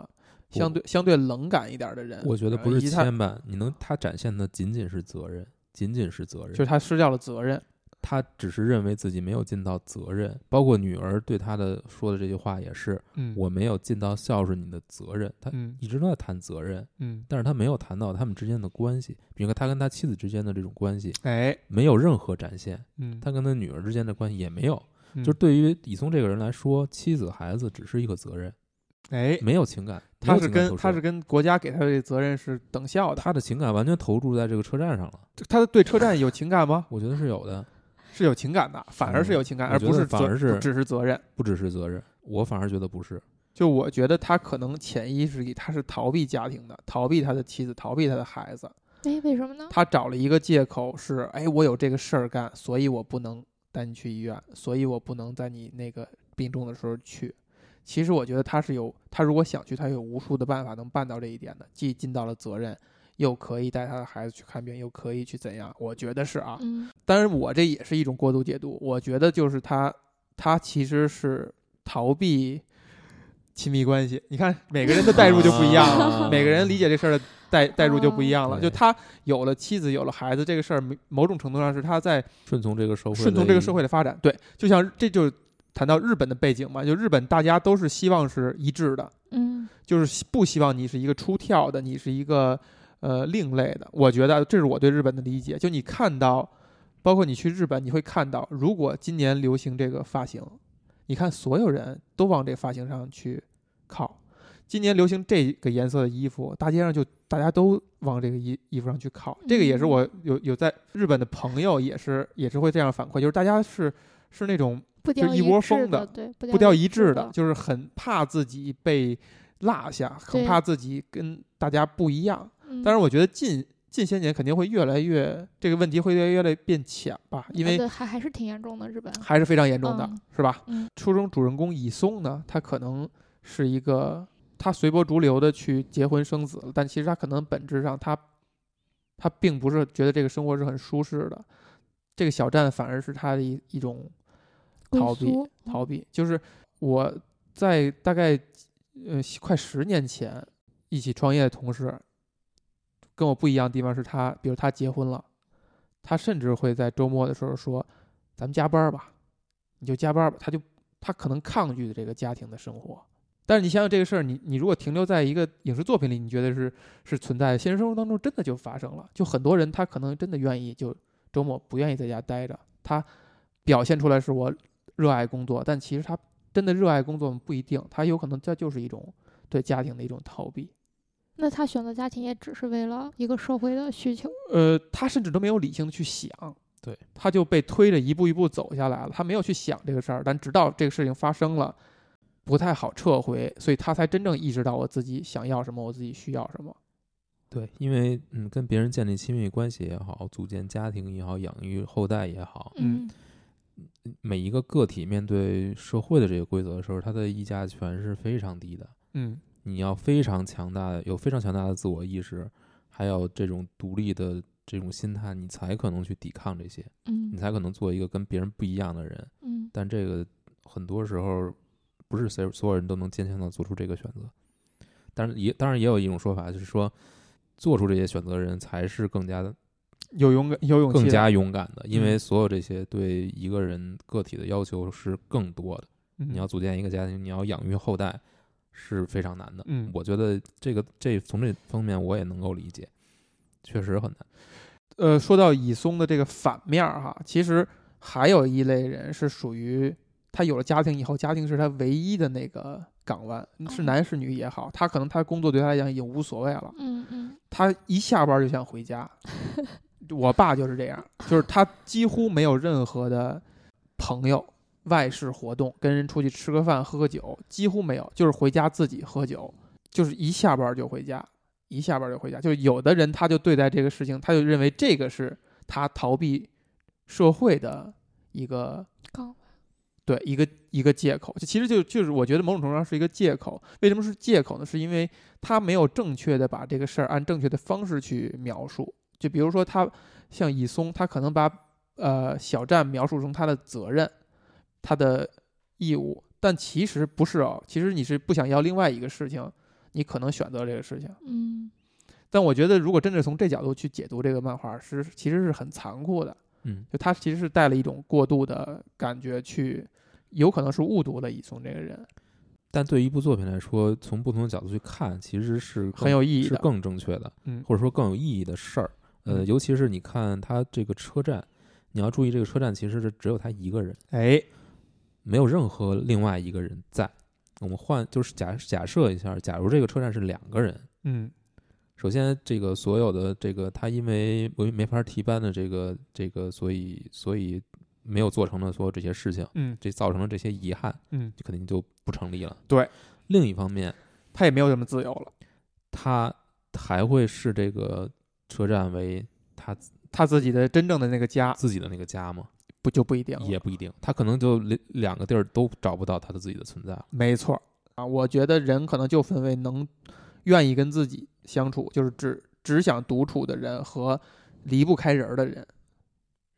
Speaker 2: 不
Speaker 1: 相对相对冷感一点的人，
Speaker 2: 我觉得
Speaker 1: 呃
Speaker 2: 不是
Speaker 1: 以及他
Speaker 2: 牵绊，你能他展现的仅仅是责任，仅仅是责任，
Speaker 1: 就是他失掉了责任，
Speaker 2: 他只是认为自己没有尽到责任，包括女儿对他的说的这句话也是，
Speaker 1: 嗯
Speaker 2: 我没有尽到孝顺你的责任，他
Speaker 1: 嗯
Speaker 2: 一直都在谈责任，
Speaker 1: 嗯，
Speaker 2: 但是他没有谈到他们之间的关系，比如说他跟他妻子之间的这种关系
Speaker 1: 哎，
Speaker 2: 没有任何展现，
Speaker 1: 嗯，
Speaker 2: 他跟他女儿之间的关系也没有。
Speaker 1: 嗯
Speaker 2: 就是对于以松这个人来说，妻子孩子只是一个责任，
Speaker 1: 哎，
Speaker 2: 没有情感。嗯没
Speaker 1: 他
Speaker 2: 有
Speaker 1: 是
Speaker 2: 情感
Speaker 1: 跟
Speaker 2: 投
Speaker 1: 他
Speaker 2: 射
Speaker 1: 是跟国家给他的这责任是等效的，
Speaker 2: 他的情感完全投注在这个车站上了，
Speaker 1: 这他对车站有情感吗？
Speaker 2: 我觉得是有的，
Speaker 1: 是有情感的，反而是有情感，
Speaker 2: 嗯
Speaker 1: 而不
Speaker 2: 我
Speaker 1: 是
Speaker 2: 觉得
Speaker 1: 责
Speaker 2: 反而是
Speaker 1: 不只是责任。
Speaker 2: 不只是责任。我反而觉得不是，
Speaker 1: 就我觉得他可能潜意识里他是逃避家庭的，逃避他的妻子，逃避他的孩子，
Speaker 3: 哎，为什么呢？
Speaker 1: 他找了一个借口是，哎，我有这个事儿干，所以我不能带你去医院，所以我不能在你那个病重的时候去。其实我觉得他是有，他如果想去，他有无数的办法能办到这一点的，既尽到了责任，又可以带他的孩子去看病，又可以去怎样？我觉得是啊，
Speaker 3: 嗯
Speaker 1: 当然我这也是一种过度解读，我觉得就是他，他其实是逃避亲密关系。你看每个人的代入就不一样了，
Speaker 2: 啊
Speaker 1: 每个人理解这事儿的代代入就不一样了。
Speaker 2: 对
Speaker 1: 就他有了妻子，有了孩子，这个事儿某某种程度上是他在
Speaker 2: 顺从这个社会，
Speaker 1: 顺从这个社会，的发展。对，就像这就谈到日本的背景嘛，就日本大家都是希望是一致的，
Speaker 3: 嗯
Speaker 1: 就是希不希望你是一个出跳的，你是一个呃另类的。我觉得这是我对日本的理解。就你看到，包括你去日本，你会看到，如果今年流行这个发型，你看所有人都往这发型上去靠。今年流行这个颜色的衣服，大街上就大家都往这个衣衣服上去靠。这个也是我有有在日本的朋友也是也是会这样反馈，就是大家是是那种
Speaker 3: 步
Speaker 1: 就
Speaker 3: 调
Speaker 1: 一
Speaker 3: 一
Speaker 1: 窝
Speaker 3: 致
Speaker 1: 蜂的
Speaker 3: 的，对，
Speaker 1: 步
Speaker 3: 步
Speaker 1: 调
Speaker 3: 调
Speaker 1: 一致的
Speaker 3: 的，，
Speaker 1: 就是很怕自己被落下，很
Speaker 3: 对
Speaker 1: 怕自己跟大家不一样。
Speaker 3: 嗯
Speaker 1: 但是我觉得近近些年肯定会越来越这个问题会越来越来变浅吧，因
Speaker 3: 啊
Speaker 1: 为
Speaker 3: 对还还是挺严重的，日本
Speaker 1: 还是非常严重的，
Speaker 3: 嗯
Speaker 1: 是吧？
Speaker 3: 嗯
Speaker 1: 初中主人公以松呢，他可能是一个他随波逐流的去结婚生子了，但其实他可能本质上他他并不是觉得这个生活是很舒适的，这个小站反而是他的一一种
Speaker 3: 归
Speaker 1: 逃避
Speaker 3: 宿
Speaker 1: 逃避，就是我在大概呃快十年前一起创业的同事，跟我不一样的地方是他，比如他结婚了，他甚至会在周末的时候说：“咱们加班吧，你就加班吧。”他就他可能抗拒这个家庭的生活。但是你想想这个事儿，你你如果停留在一个影视作品里，你觉得是是存在的，现实生活当中真的就发生了。就很多人他可能真的愿意就周末不愿意在家待着，他表现出来是我热爱工作，但其实他真的热爱工作吗不一定，他有可能这就是一种对家庭的一种逃避。
Speaker 3: 那他选择家庭也只是为了一个社会的需求。
Speaker 1: 呃，他甚至都没有理性的去想，
Speaker 2: 对，
Speaker 1: 他就被推着一步一步走下来了。他没有去想这个事儿，但直到这个事情发生了，不太好撤回，所以他才真正意识到我自己想要什么，我自己需要什么。
Speaker 2: 对，因为嗯，跟别人建立亲密关系也好，组建家庭也好，养育后代也好，
Speaker 1: 嗯
Speaker 3: 嗯
Speaker 2: 每一个个体面对社会的这个规则的时候，他的议价权是非常低的。
Speaker 1: 嗯，
Speaker 2: 你要非常强大，有非常强大的自我意识，还有这种独立的这种心态，你才可能去抵抗这些，你
Speaker 3: 嗯
Speaker 2: 才可能做一个跟别人不一样的人。
Speaker 3: 嗯，
Speaker 2: 但这个很多时候不是谁所有人都能坚强的做出这个选择。当然也当然也有一种说法，就是说做出这些选择的人才是更加
Speaker 1: 有勇敢，有勇气的，
Speaker 2: 更加勇敢的，因为
Speaker 1: 嗯
Speaker 2: 所有这些对一个人个体的要求是更多的。
Speaker 1: 嗯
Speaker 2: 你要组建一个家庭，你要养育后代是非常难的。
Speaker 1: 嗯
Speaker 2: 我觉得这个这从这方面我也能够理解，确实很难。
Speaker 1: 呃，说到以松的这个反面儿哈，其实还有一类人是属于他有了家庭以后，家庭是他唯一的那个港湾，是男是女也好，他可能他工作对他来讲已经无所谓了，
Speaker 3: 嗯嗯
Speaker 1: 他一下班就想回家。我爸就是这样，就是他几乎没有任何的朋友、外事活动，跟人出去吃个饭、喝个酒，几乎没有，就是回家自己喝酒，就是一下班就回家，一下班就回家。就有的人他就对待这个事情，他就认为这个是他逃避社会的一个
Speaker 3: 刚
Speaker 1: 对一个一个借口，就其实就就是我觉得某种程度上是一个借口。为什么是借口呢？是因为他没有正确的把这个事儿按正确的方式去描述。就比如说他像以松，他可能把呃小站描述成他的责任、他的义务，但其实不是哦。其实你是不想要另外一个事情，你可能选择这个事情。
Speaker 3: 嗯
Speaker 1: 但我觉得，如果真的从这角度去解读这个漫画，是其实是很残酷的。
Speaker 2: 嗯，
Speaker 1: 就他其实是带了一种过度的感觉去，有可能是误读了以松这个人，
Speaker 2: 但对一部作品来说，从不同的角度去看，其实是更
Speaker 1: 很有意义
Speaker 2: 是
Speaker 1: 的。
Speaker 2: 更正确的，
Speaker 1: 嗯
Speaker 2: 或者说更有意义的事儿。呃，
Speaker 1: 嗯
Speaker 2: 尤其是你看它这个车站，你要注意这个车站其实是只有他一个人，
Speaker 1: 哎，
Speaker 2: 没有任何另外一个人在。我们换就是假假设一下，假如这个车站是两个人，
Speaker 1: 嗯
Speaker 2: 首先，这个所有的这个他因为没没法提班的这个这个，所以所以没有做成的所有这些事情，
Speaker 1: 嗯
Speaker 2: 这造成了这些遗憾，
Speaker 1: 嗯，
Speaker 2: 就肯定就不成立了。
Speaker 1: 对，
Speaker 2: 另一方面，
Speaker 1: 他也没有什么自由了，
Speaker 2: 他还会视这个车站为他
Speaker 1: 他自己的真正的那个家
Speaker 2: 自己的那个家吗？
Speaker 1: 不就不一定了。
Speaker 2: 也不一定，他可能就两两个地儿都找不到他的自己的存在了。
Speaker 1: 没错儿啊，我觉得人可能就分为能愿意跟自己相处，就是只只想独处的人和离不开人儿的人。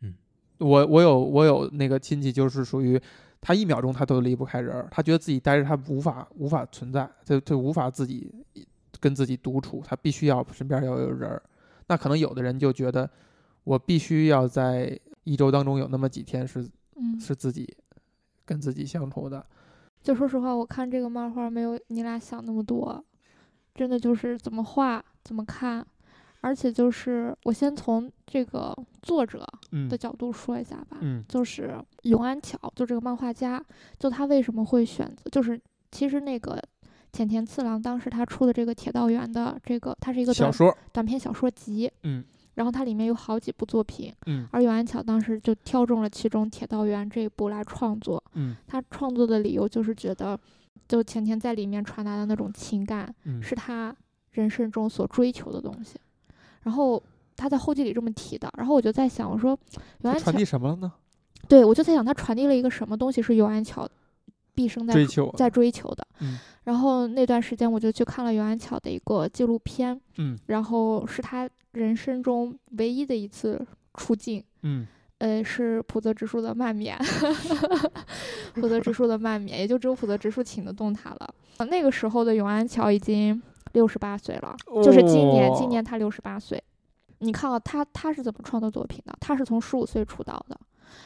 Speaker 2: 嗯，
Speaker 1: 我我有我有那个亲戚，就是属于他一秒钟他都离不开人儿，他觉得自己待着他无法无法存在，他他无法自己跟自己独处，他必须要身边要有人儿。那可能有的人就觉得，我必须要在一周当中有那么几天是
Speaker 3: 嗯，
Speaker 1: 是自己跟自己相处的。
Speaker 3: 就说实话，我看这个漫画没有你俩想那么多，真的就是怎么画怎么看，而且就是我先从这个作者
Speaker 1: 嗯
Speaker 3: 的角度说一下吧，
Speaker 1: 嗯
Speaker 3: 就是永安巧，就这个漫画家，就他为什么会选择，就是其实那个浅田次郎当时他出的这个《铁道员》的这个，它是一个
Speaker 1: 小
Speaker 3: 短
Speaker 1: 说，
Speaker 3: 短篇小说集，
Speaker 1: 嗯
Speaker 3: 然后它里面有好几部作品，
Speaker 1: 嗯
Speaker 3: 而永安巧当时就挑中了其中《铁道员》这一部来创作，
Speaker 1: 嗯
Speaker 3: 他创作的理由就是觉得，就浅田在里面传达的那种情感，
Speaker 1: 嗯
Speaker 3: 是他人生中所追求的东西。然后他在后记里这么提的，然后我就在想，我说
Speaker 1: 它
Speaker 3: 永安巧
Speaker 1: 传，递什么了呢？
Speaker 3: 对我就在想，他传递了一个什么东西是永安巧毕生在
Speaker 1: 追求，啊
Speaker 3: 在追求的。
Speaker 1: 嗯
Speaker 3: 然后那段时间我就去看了永安巧的一个纪录片，
Speaker 1: 嗯
Speaker 3: 然后是他人生中唯一的一次出镜，
Speaker 1: 嗯
Speaker 3: 呃，是普泽直树的漫 勉，普泽直树的漫勉，也就只有普泽直树请得动他了。呃那个时候的永安桥已经六十八岁了，就是今年，
Speaker 1: 哦
Speaker 3: 今年他六十八岁。你看啊，他他是怎么创作作品的？他是从十五岁出道的，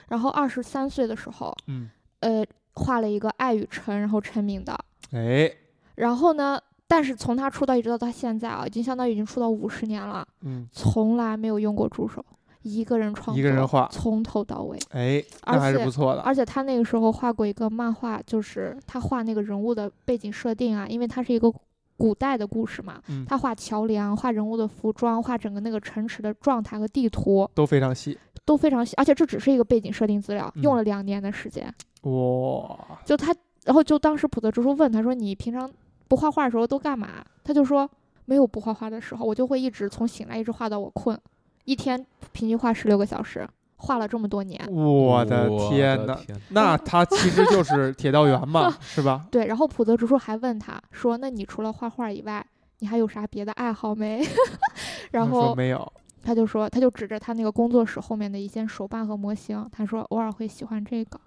Speaker 3: 然后二十三岁的时候，
Speaker 1: 嗯，
Speaker 3: 呃，画了一个《爱与诚》，然后成名的。
Speaker 1: 哎，
Speaker 3: 然后呢，但是从他出道一直到他现在啊，已经相当于已经出道五十年了，
Speaker 1: 嗯，
Speaker 3: 从来没有用过助手，一个人创作，
Speaker 1: 一个人画，
Speaker 3: 从头到尾。
Speaker 1: 哎，那
Speaker 3: 而
Speaker 1: 还是
Speaker 3: 且
Speaker 1: 不错的，
Speaker 3: 而且他那个时候画过一个漫画，就是他画那个人物的背景设定啊，因为他是一个古代的故事嘛，
Speaker 1: 嗯，
Speaker 3: 他画桥梁、画人物的服装、画整个那个城池的状态和地图
Speaker 1: 都非常细。
Speaker 3: 都非常细，而且这只是一个背景设定资料，用
Speaker 1: 嗯
Speaker 3: 了两年的时间。
Speaker 1: 哇，
Speaker 3: 就他，然后就当时普泽直树问他说：“你平常不画画的时候都干嘛？”他就说：“没有不画画的时候，我就会一直从醒来一直画到我困，一天平均画十六个小时，画了这么多年。
Speaker 1: 我的天
Speaker 2: 天
Speaker 1: 哪！那他其实就是铁道员嘛， 是吧”？
Speaker 3: 对，然后普泽直树还问他说：“那你除了画画以外，你还有啥别的爱好没？” 然
Speaker 1: 他说
Speaker 3: 后
Speaker 1: 没有，
Speaker 3: 他就说，他就指着他那个工作室后面的一些手办和模型，他说偶尔会喜欢这个，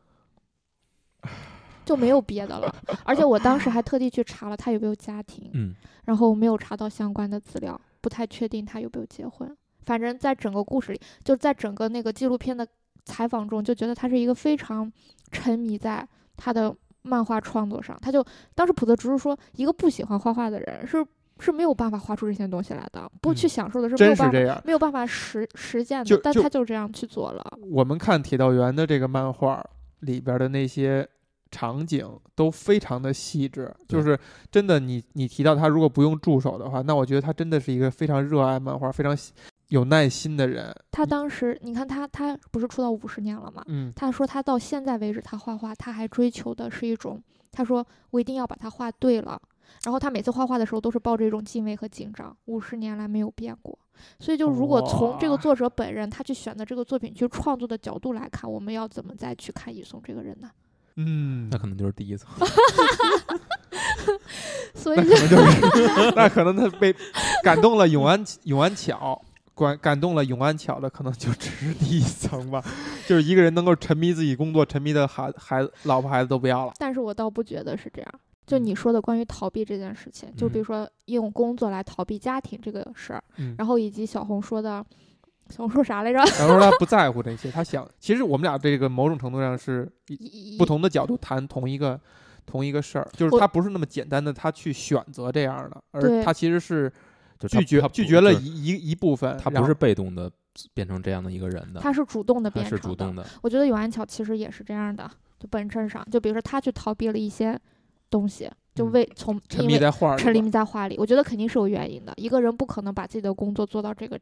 Speaker 3: 就没有别 的了。而且我当时还特地去查了他有没有家庭，
Speaker 2: 嗯，
Speaker 3: 然后没有查到相关的资料，不太确定他有没有结婚。反正，在整个故事里，就在整个那个纪录片的采访中，就觉得他是一个非常沉迷在他的漫画创作上。他就当时普泽直树说，一个不喜欢画画的人是是没有办法画出这些东西来的，不去
Speaker 1: 嗯
Speaker 3: 享受的是没有
Speaker 1: 真
Speaker 3: 办
Speaker 1: 是
Speaker 3: 法
Speaker 1: 这样。
Speaker 3: 没有办法实实践的
Speaker 1: 就，
Speaker 3: 但
Speaker 1: 就
Speaker 3: 他就这样去做了。
Speaker 1: 我们看铁道员的这个漫画里边的那些场景都非常的细致，就
Speaker 2: 对
Speaker 1: 是真的你，你提到他如果不用助手的话，那我觉得他真的是一个非常热爱漫画、非常喜有耐心的人。
Speaker 3: 他当时，你看他他不是出道五十年了嘛？
Speaker 1: 嗯，
Speaker 3: 他说他到现在为止，他画画他还追求的是一种，他说我一定要把它画对了。然后他每次画画的时候都是抱着一种敬畏和紧张，五十年来没有变过。所以就如果从这个
Speaker 1: 哇
Speaker 3: 作者本人他去选择这个作品去创作的角度来看，我们要怎么再去看乙松这个人呢？
Speaker 1: 嗯
Speaker 2: 那，可能就是第一层。
Speaker 3: 所 以
Speaker 1: 那可能就是， 那可能他被感动了永安永安巧，感感动了永安巧的，可能就只是第一层吧。就是一个人能够沉迷自己工作，沉迷的孩孩子、老婆、孩子都不要了。
Speaker 3: 但是我倒不觉得是这样。就
Speaker 1: 嗯
Speaker 3: 你说的关于逃避这件事情，就比如
Speaker 2: 嗯
Speaker 3: 说用工作来逃避家庭这个事儿，
Speaker 1: 嗯，
Speaker 3: 然后以及小红说的，小红说啥来着？
Speaker 1: 然后他不在乎这些，他想，其实我们俩这个某种程度上是一不同的角度谈同一个同一个事儿，就是
Speaker 3: 我
Speaker 1: 他不是那么简单的他去选择这样的，而
Speaker 3: 对
Speaker 1: 他其实是
Speaker 2: 就是他
Speaker 1: 拒绝
Speaker 2: 他不
Speaker 1: 拒绝了
Speaker 2: 就是
Speaker 1: 一一一部分，
Speaker 2: 他
Speaker 1: 然
Speaker 2: 不
Speaker 1: 后
Speaker 2: 是被动的变成这样的一个人的，
Speaker 3: 他是主动的
Speaker 2: 他
Speaker 3: 变
Speaker 2: 是
Speaker 3: 成
Speaker 2: 主动的。
Speaker 3: 我觉得永安桥其实也是这样的，就本质上，就比如说他去逃避了一些东西，就
Speaker 1: 嗯
Speaker 3: 为从
Speaker 1: 沉
Speaker 3: 因
Speaker 1: 迷
Speaker 3: 为
Speaker 1: 在画儿里
Speaker 3: 沉
Speaker 1: 边
Speaker 3: 迷在画里，我觉得肯定是有原因的。一个人不可能把自己的工作做到这个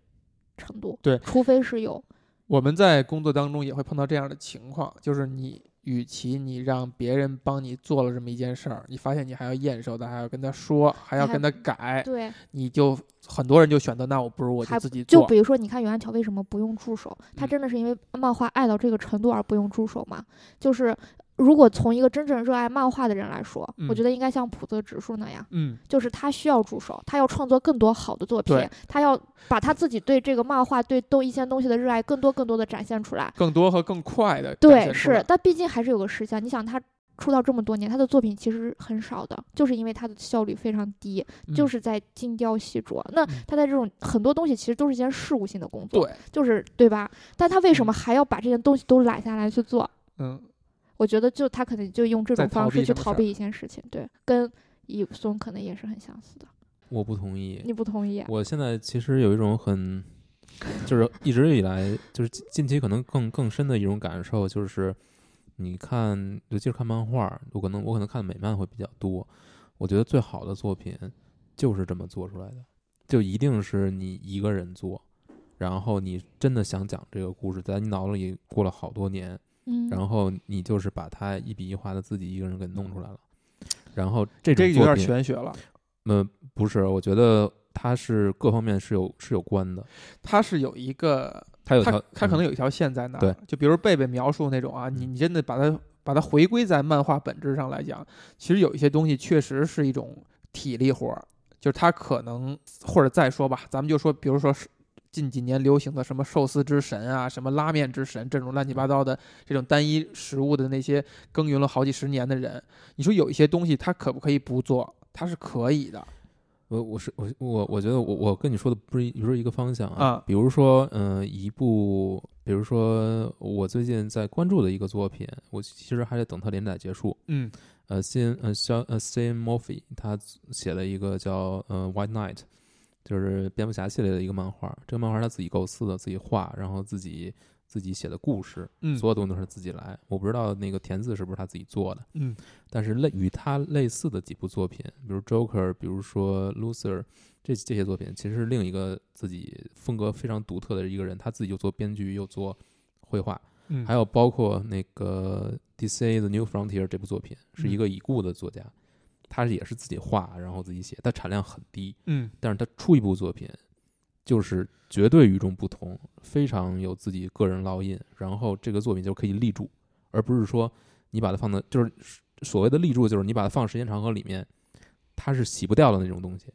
Speaker 3: 程度，
Speaker 1: 对
Speaker 3: 除非是有
Speaker 1: 我们在工作当中也会碰到这样的情况，就是你与其你让别人帮你做了这么一件事儿，你发现你还要验收他，还要跟他说，还要
Speaker 3: 还
Speaker 1: 跟他改，
Speaker 3: 对。
Speaker 1: 你就很多人就选择那我不如我就
Speaker 3: 还
Speaker 1: 自己
Speaker 3: 就
Speaker 1: 做。
Speaker 3: 比如说，你看永安桥为什么不用助手？
Speaker 1: 嗯
Speaker 3: 他真的是因为漫画爱到这个程度而不用助手吗？就是如果从一个真正热爱漫画的人来说，我觉
Speaker 1: 嗯
Speaker 3: 得应该像普泽直树那样，
Speaker 1: 嗯，
Speaker 3: 就是他需要助手，他要创作更多好的作品
Speaker 1: 对，
Speaker 3: 他要把他自己对这个漫画、对东一些东西的热爱更多、更多的展现出来。
Speaker 1: 更多和更快的
Speaker 3: 对，是，但毕竟还是有个时间。你想，他出道这么多年，他的作品其实很少的，就是因为他的效率非常低，就、是在精雕细琢。那
Speaker 1: 嗯
Speaker 3: 他在这种很多东西其实都是一件事务性的工
Speaker 1: 嗯、
Speaker 3: 作，
Speaker 1: 对，
Speaker 3: 就是对吧？但他为什
Speaker 1: 嗯
Speaker 3: 么还要把这些东西都揽下来去做？
Speaker 1: 嗯，
Speaker 3: 我觉得，就他可能就用这
Speaker 1: 在
Speaker 3: 种方
Speaker 1: 逃避
Speaker 3: 式去
Speaker 1: 什么
Speaker 3: 逃
Speaker 1: 事儿
Speaker 3: 避一件事情，对，跟乙松可能也是很相似的。
Speaker 2: 我不同意，
Speaker 3: 你不同意啊？
Speaker 2: 我现在其实有一种很，就是一直以来，就是近近期可能更更深的一种感受，就是你看，尤其是看漫画，我可能我可能看美漫会比较多。我觉得最好的作品就是这么做出来的，就一定是你一个人做，然后你真的想讲这个故事，在你脑子里过了好多年，
Speaker 3: 嗯，
Speaker 2: 然后你就是把它一笔一画的自己一个人给弄出来了。然后这
Speaker 1: 这个
Speaker 2: 种
Speaker 1: 有
Speaker 2: 作
Speaker 1: 点
Speaker 2: 品，
Speaker 1: 玄学了。
Speaker 2: 嗯，不是，我觉得它是各方面是有是有关的，
Speaker 1: 他是有一个，
Speaker 2: 它有
Speaker 1: 他
Speaker 2: 条，
Speaker 1: 他可能
Speaker 2: 有、
Speaker 1: 有一条线在那儿。
Speaker 2: 对嗯
Speaker 1: 就比如贝贝描述那种啊，你你真的把它把它回归在漫画本质上来讲，其实有一些东西确实是一种体力活儿，就是它可能或者再说吧，咱们就说，比如说是。近几年流行的什么寿司之神啊，什么拉面之神这种乱七八糟的这种单一食物的那些耕耘了好几十年的人，你说有一些东西他可不可以不做？他是可以的。
Speaker 2: 嗯我我是我我我觉得我我跟你说的不是不是一个方向
Speaker 1: 啊
Speaker 2: 比如说嗯、呃一部，比如说我最近在关注的一个作品，我其实还得等它连载结束。
Speaker 1: 嗯
Speaker 2: 呃，Sin 呃肖呃 Sin Murphy 他写了一个叫呃 White Knight，就是蝙蝠侠系列的一个漫画。这个漫画他自己构思的，自己画，然后自己自己写的故事，
Speaker 1: 嗯
Speaker 2: 所有东西都是自己来。我不知道那个填字是不是他自己做的，
Speaker 1: 嗯
Speaker 2: 但是类与他类似的几部作品，比如《Joker》，比如说《Loser》，这这些作品其实是另一个自己风格非常独特的一个人，他自己又做编剧又做绘画，
Speaker 1: 嗯，
Speaker 2: 还有包括那个《DCA 的 New Frontier》这部作品，是
Speaker 1: 嗯
Speaker 2: 一个已故的作家，他也是自己画，然后自己写，但产量很低，
Speaker 1: 嗯
Speaker 2: 但是他出一部作品，就是绝对与众不同，非常有自己个人烙印，然后这个作品就可以立住，而不是说你把它放到就是所谓的立住，就是你把它放时间长河里面，它是洗不掉的那种东西，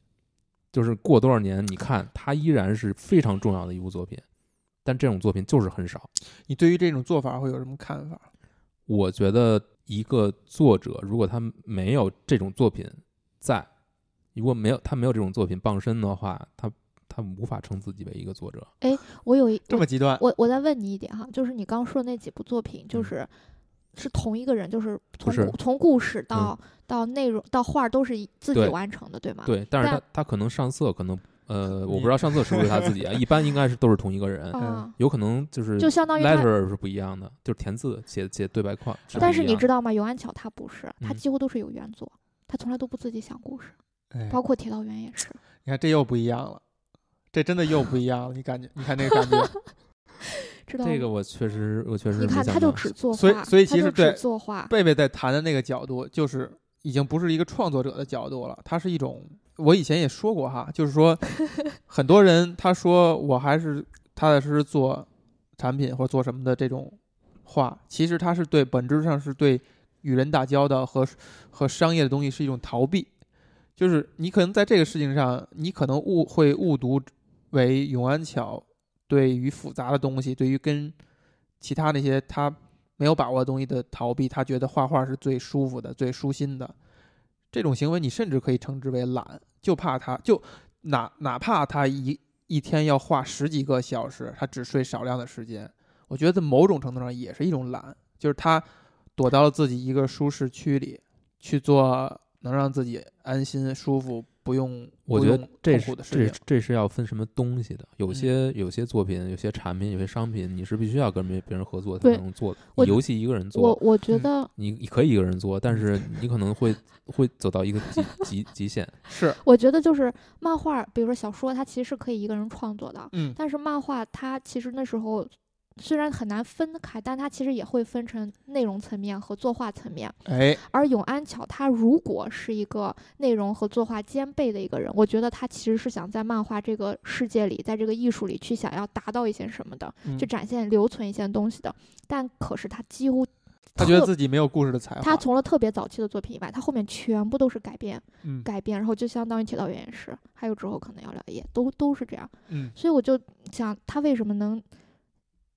Speaker 2: 就是过多少年你看它依然是非常重要的一部作品，但这种作品就是很少。
Speaker 1: 你对于这种做法会有什么看法？
Speaker 2: 我觉得一个作者如果他没有这种作品在，如果没有他没有这种作品傍身的话，他他无法称自己为一个作者。
Speaker 3: 我有一
Speaker 1: 这么极端？
Speaker 3: 我我再问你一点哈，就是你刚说的那几部作品，就是是同一个人，就是
Speaker 2: 嗯
Speaker 3: 从
Speaker 2: 是嗯
Speaker 3: 故从故事到、到内容到画儿都是一自己
Speaker 2: 对
Speaker 3: 完成的，对吗？
Speaker 2: 对，但是
Speaker 3: 但
Speaker 2: 他他可能上色，可能
Speaker 3: 嗯
Speaker 2: 呃，我
Speaker 1: 你
Speaker 2: 不知道上色是不是他自己啊， 一般应该是都是同一个人，
Speaker 3: 啊、
Speaker 2: 有可能就是
Speaker 3: 就相当于他。
Speaker 2: letter 是不一样的，就是填字写写对白框。不
Speaker 3: 但是
Speaker 2: 一
Speaker 3: 你
Speaker 2: 样
Speaker 3: 知道吗？永安桥他不是，他
Speaker 2: 嗯
Speaker 3: 几乎都是有原作，他从来都不自己想故事，
Speaker 1: 哎，
Speaker 3: 包括铁道员也是。
Speaker 1: 你看这又不一样了，这真的又不一样了。你感觉，你看那个感觉，
Speaker 3: 知道
Speaker 2: 这个
Speaker 3: 吗
Speaker 2: 我确实我确实
Speaker 3: 你
Speaker 2: 没
Speaker 3: 看，
Speaker 2: 想
Speaker 3: 他就
Speaker 2: 到
Speaker 3: 只做画，
Speaker 1: 所以所以
Speaker 3: 他
Speaker 1: 其
Speaker 3: 就
Speaker 1: 实
Speaker 3: 只
Speaker 1: 对
Speaker 3: 作画，
Speaker 1: 贝贝在谈的那个角度，就是已经不是一个创作者的角度了，它是一种。我以前也说过哈，就是说，很多人他说我还是踏踏实实做产品或做什么的这种话，其实他是对本质上是对与人打交道和和商业的东西是一种逃避，就是你可能在这个事情上，你可能误会误读为永安桥对于复杂的东西，对于跟其他那些他没有把握的东西的逃避，他觉得画画是最舒服的、最舒心的。这种行为你甚至可以称之为懒，就怕他就哪哪怕他一一天要画十几个小时，他只睡少量的时间，我觉得某种程度上也是一种懒，就是他躲到了自己一个舒适区里去做能让自己安心舒服、不用
Speaker 2: 我
Speaker 1: 不
Speaker 2: 觉得
Speaker 1: 用
Speaker 2: 这
Speaker 1: 痛
Speaker 2: 是
Speaker 1: 苦的事
Speaker 2: 这
Speaker 1: 情
Speaker 2: 是。这是要分什么东西的。有
Speaker 1: 嗯
Speaker 2: 些有些作品、有些产品、有些商品，你是必须要跟别别人合作才
Speaker 3: 对
Speaker 2: 能做的。
Speaker 3: 我
Speaker 2: 你游戏一个人
Speaker 3: 我
Speaker 2: 做，
Speaker 3: 我觉
Speaker 1: 嗯
Speaker 3: 得，
Speaker 2: 你你可以一个人做，但是你可能会会走到一个极极极限。
Speaker 1: 是，
Speaker 3: 我觉得就是漫画，比如说小说，它其实是可以一个人创作的，
Speaker 1: 嗯，
Speaker 3: 但是漫画它其实那时候虽然很难分开，但它其实也会分成内容层面和作画层面。
Speaker 1: 哎，
Speaker 3: 而永安桥他如果是一个内容和作画兼备的一个人，我觉得他其实是想在漫画这个世界里，在这个艺术里去想要达到一些什么的，
Speaker 1: 嗯
Speaker 3: 去展现留存一些东西的。但可是他几乎
Speaker 1: 他觉得
Speaker 3: 特
Speaker 1: 自己啊没有故事的才华，
Speaker 3: 他从了特别早期的作品以外，他后面全部都是改编
Speaker 1: 嗯
Speaker 3: 改编，然后就相当于铁道员也是，还有之后可能要聊也都都是这样。
Speaker 1: 嗯
Speaker 3: 所以我就想他为什么能。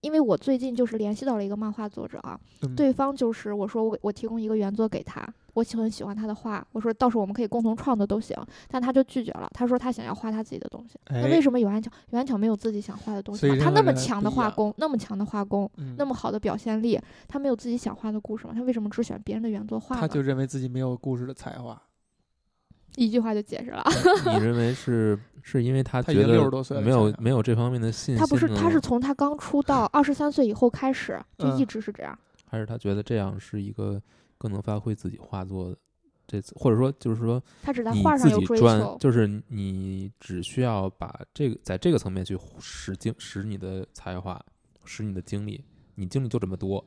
Speaker 3: 因为我最近就是联系到了一个漫画作者啊，
Speaker 1: 嗯
Speaker 3: 对方就是我说我我提供一个原作给他，我喜很喜欢他的画，我说到时候我们可以共同创作都行，但他就拒绝了，他说他想要画他自己的东西。
Speaker 1: 哎，
Speaker 3: 那为什么有安巧有安巧没有自己想画的东西
Speaker 1: 所以
Speaker 3: 吗？
Speaker 1: 这
Speaker 3: 他
Speaker 1: 个
Speaker 3: 那么
Speaker 1: 人
Speaker 3: 强
Speaker 1: 不
Speaker 3: 的
Speaker 1: 一
Speaker 3: 画
Speaker 1: 样
Speaker 3: 工，那么强的画工，
Speaker 1: 嗯
Speaker 3: 那么好的表现力，他没有自己想画的故事吗？他为什么只选别人的原作画呢？
Speaker 1: 他就认为自己没有故事的才 华，
Speaker 3: 一句话就解释了，
Speaker 2: 你认为是是因为他
Speaker 1: 他
Speaker 2: 觉
Speaker 1: 已经60
Speaker 2: 得
Speaker 1: 多岁了
Speaker 2: 没有
Speaker 1: 想想
Speaker 2: 没有这方面的信心呢？
Speaker 3: 他不是他是从他刚出 道二十三岁以后开始就
Speaker 1: 嗯
Speaker 3: 一直是这样。
Speaker 2: 还是他觉得这样是一个更能发挥自己画作的这次，或者说就是说
Speaker 3: 他只在
Speaker 2: 你
Speaker 3: 画上
Speaker 2: 自
Speaker 3: 有
Speaker 2: 己
Speaker 3: 追
Speaker 2: 专
Speaker 3: 求，
Speaker 2: 就是你只需要把这个在这个层面去使精使你的才华，使你的精力，你精力就这么多，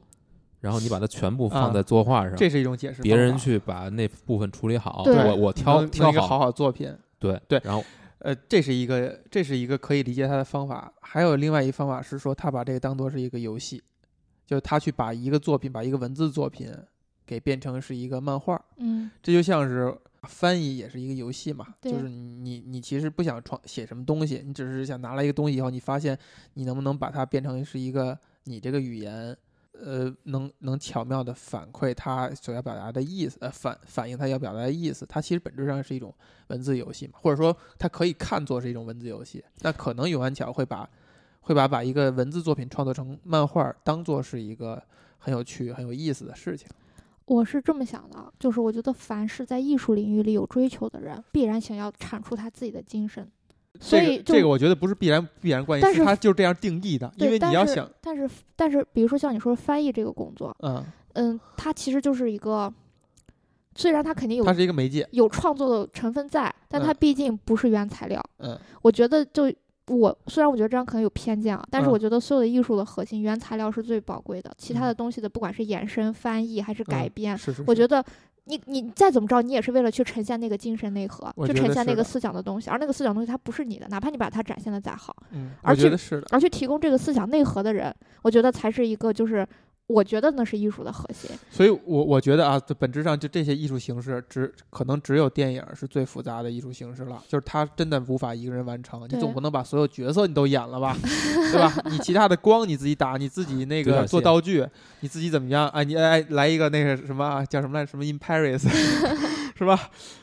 Speaker 2: 然后你把它全部
Speaker 1: 啊
Speaker 2: 放在作画上，
Speaker 1: 这是一种解释。
Speaker 2: 别人去把那部分处理好，
Speaker 3: 对
Speaker 2: 我我挑
Speaker 1: 能能
Speaker 2: 挑
Speaker 1: 一个好好作品，
Speaker 2: 对
Speaker 1: 对
Speaker 2: 然后
Speaker 1: 呃，这是一个这是一个可以理解他的方法。还有另外一方法是说，他把这个当做是一个游戏，就是他去把一个作品，把一个文字作品给变成是一个漫画，
Speaker 3: 嗯，
Speaker 1: 这就像是翻译也是一个游戏嘛，
Speaker 3: 对
Speaker 1: 就是你你其实不想创写什么东西，你只是想拿来一个东西以后，你发现你能不能把它变成是一个你这个语言，呃，能能巧妙的反馈它所要表达的意思，呃，反反映它要表达的意思。它其实本质上是一种文字游戏嘛，或者说它可以看作是一种文字游戏。那可能永安桥会把会把把一个文字作品创作成漫画，当做是一个很有趣、很有意思的事情。
Speaker 3: 我是这么想的，啊就是我觉得凡是在艺术领域里有追求的人，必然想要产出他自己的精神，所
Speaker 1: 这
Speaker 3: 以
Speaker 1: 个
Speaker 3: 就
Speaker 1: 这个我觉得不是必然必然关系，
Speaker 3: 但
Speaker 1: 是
Speaker 3: 是
Speaker 1: 它就是这样定义的，
Speaker 3: 对
Speaker 1: 因为
Speaker 3: 但
Speaker 1: 你要
Speaker 3: 是
Speaker 1: 想，
Speaker 3: 但是但是，比如说像你说翻译这个工作，
Speaker 1: 嗯，
Speaker 3: 嗯，它其实就是一个，虽然它肯定有
Speaker 1: 它是一个媒介，
Speaker 3: 有创作的成分在，但它
Speaker 1: 嗯
Speaker 3: 毕竟不是原材料。
Speaker 1: 嗯，
Speaker 3: 我觉得就我虽然我觉得这样可能有偏见啊，但是
Speaker 1: 嗯
Speaker 3: 我觉得所有的艺术的核心原材料是最宝贵的，其他的
Speaker 1: 嗯
Speaker 3: 东西的不管是延伸、翻译还是改
Speaker 1: 嗯
Speaker 3: 编，
Speaker 1: 是是，得
Speaker 3: 我觉得。你你再怎么着，你也是为了去呈现那个精神内核
Speaker 1: 我，
Speaker 3: 去
Speaker 1: 觉
Speaker 3: 呈
Speaker 1: 得
Speaker 3: 现
Speaker 1: 是
Speaker 3: 那
Speaker 1: 的
Speaker 3: 个思想的东西，而那个思想东西它不是你的，哪怕你把它展现的再好，
Speaker 1: 嗯，我
Speaker 3: 而
Speaker 1: 觉
Speaker 3: 且
Speaker 1: 得是的，
Speaker 3: 而去提供这个思想内核的人，我觉得才是一个就是我觉得那是艺术的核心。
Speaker 1: 所以我我觉得啊，这本质上就这些艺术形式只可能只有电影是最复杂的艺术形式了，就是它真的无法一个人完成，你
Speaker 3: 对
Speaker 1: 总不能把所有角色你都演了吧，对吧？你其他的光你自己打，你自己那
Speaker 2: 独角
Speaker 1: 个
Speaker 2: 戏
Speaker 1: 做道具，你自己怎么样啊？你哎来一个那个什么啊叫什么来什么 in Paris 是吧？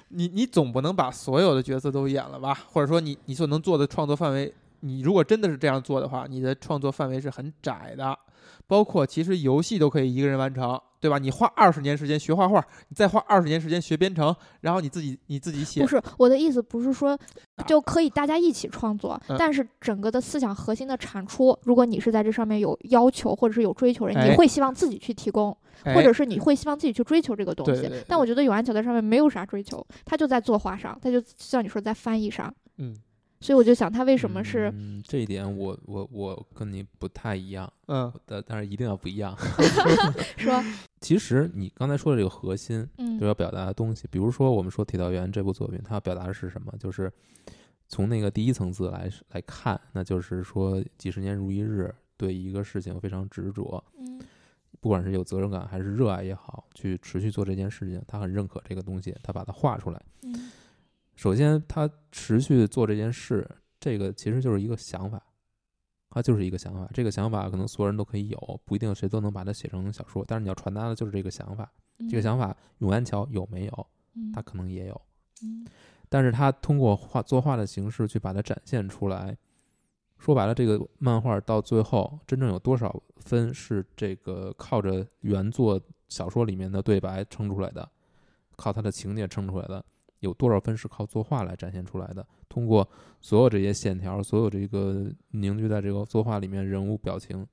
Speaker 1: 你你总不能把所有的角色都演了吧？或者说你你所能做的创作范围，你如果真的是这样做的话，你的创作范围是很窄的。包括其实游戏都可以一个人完成，对吧？你花二十年时间学画画，你再花二十年时间学编程，然后你自己你自己写
Speaker 3: 不，是我的意思，不是说
Speaker 1: 啊
Speaker 3: 就可以大家一起创作，
Speaker 1: 嗯
Speaker 3: 但是整个的思想核心的产出，如果你是在这上面有要求或者是有追求人，
Speaker 1: 哎
Speaker 3: 你会希望自己去提供，
Speaker 1: 哎
Speaker 3: 或者是你会希望自己去追求这个东西。
Speaker 1: 对对对
Speaker 3: 但我觉得有安桥在上面没有啥追求，他就在作画上，他就像你说在翻译上，
Speaker 1: 嗯
Speaker 3: 所以我就想他为什么是、
Speaker 2: 嗯、这一点我我我跟你不太一样，
Speaker 1: 嗯
Speaker 2: 但但是一定要不一样。
Speaker 3: 说
Speaker 2: 其实你刚才说的这个核心，
Speaker 3: 嗯
Speaker 2: 就要表达的东西，比如说我们说《铁道员》这部作品，它要表达的是什么？就是从那个第一层次来来看，那就是说几十年如一日，对一个事情非常执着，
Speaker 3: 嗯
Speaker 2: 不管是有责任感还是热爱也好，去持续做这件事情，他很认可这个东西，他把它画出来。
Speaker 3: 嗯
Speaker 2: 首先，他持续做这件事，这个其实就是一个想法，它就是一个想法。这个想法可能所有人都可以有，不一定谁都能把它写成小说。但是你要传达的就是这个想法。这个想法，永安桥有没有？
Speaker 3: 嗯
Speaker 2: 他可能也有，
Speaker 3: 嗯
Speaker 2: 但是他通过画作画的形式去把它展现出来。说白了，这个漫画到最后真正有多少分是这个靠着原作小说里面的对白撑出来的，靠它的情节撑出来的，有多少分是靠作画来展现出来的？通过所有这些线条，所有这个凝聚在这个作画里面人物表情、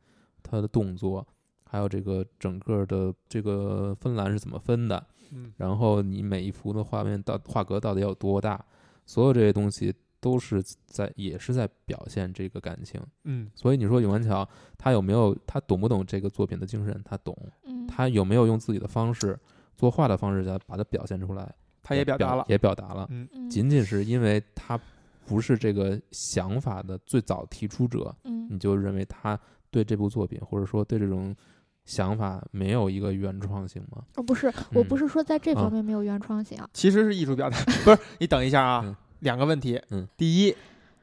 Speaker 2: 他的动作，还有这个整个的这个芬兰是怎么分的，
Speaker 1: 嗯，
Speaker 2: 然后你每一幅的画面到画格到底有多大，所有这些东西都是在也是在表现这个感情。
Speaker 1: 嗯，
Speaker 2: 所以你说永安桥他有没有他懂不懂这个作品的精神？他懂，
Speaker 3: 嗯
Speaker 2: 他有没有用自己的方式作画的方式来把它表现出来？
Speaker 1: 他也表达了，
Speaker 2: 也表达了。
Speaker 3: 嗯
Speaker 2: 仅仅是因为他不是这个想法的最早提出者，
Speaker 3: 嗯
Speaker 2: 你就认为他对这部作品或者说对这种想法没有一个原创性吗？
Speaker 3: 哦不是，我不
Speaker 2: 嗯
Speaker 3: 是说在这
Speaker 2: 啊
Speaker 3: 方面没有原创性啊，
Speaker 1: 其实是艺术表达，不是？你等一下啊，
Speaker 2: 嗯
Speaker 1: 两个问题，
Speaker 2: 嗯
Speaker 1: 第一，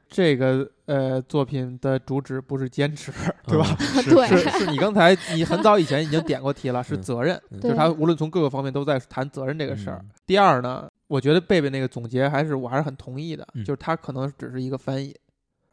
Speaker 1: 这个呃作品的主旨不是坚持，对吧？
Speaker 2: 嗯？是
Speaker 3: 对
Speaker 1: 是是你刚才你很早以前已经点过题了，是
Speaker 2: 嗯
Speaker 1: 责任，
Speaker 2: 嗯
Speaker 1: 就是
Speaker 3: 对
Speaker 1: 他无论从各个方面都在谈责任这个事儿。
Speaker 2: 嗯
Speaker 1: 第二呢，我觉得贝贝那个总结还是我还是很同意的，
Speaker 2: 嗯
Speaker 1: 就是他可能只是一个翻译，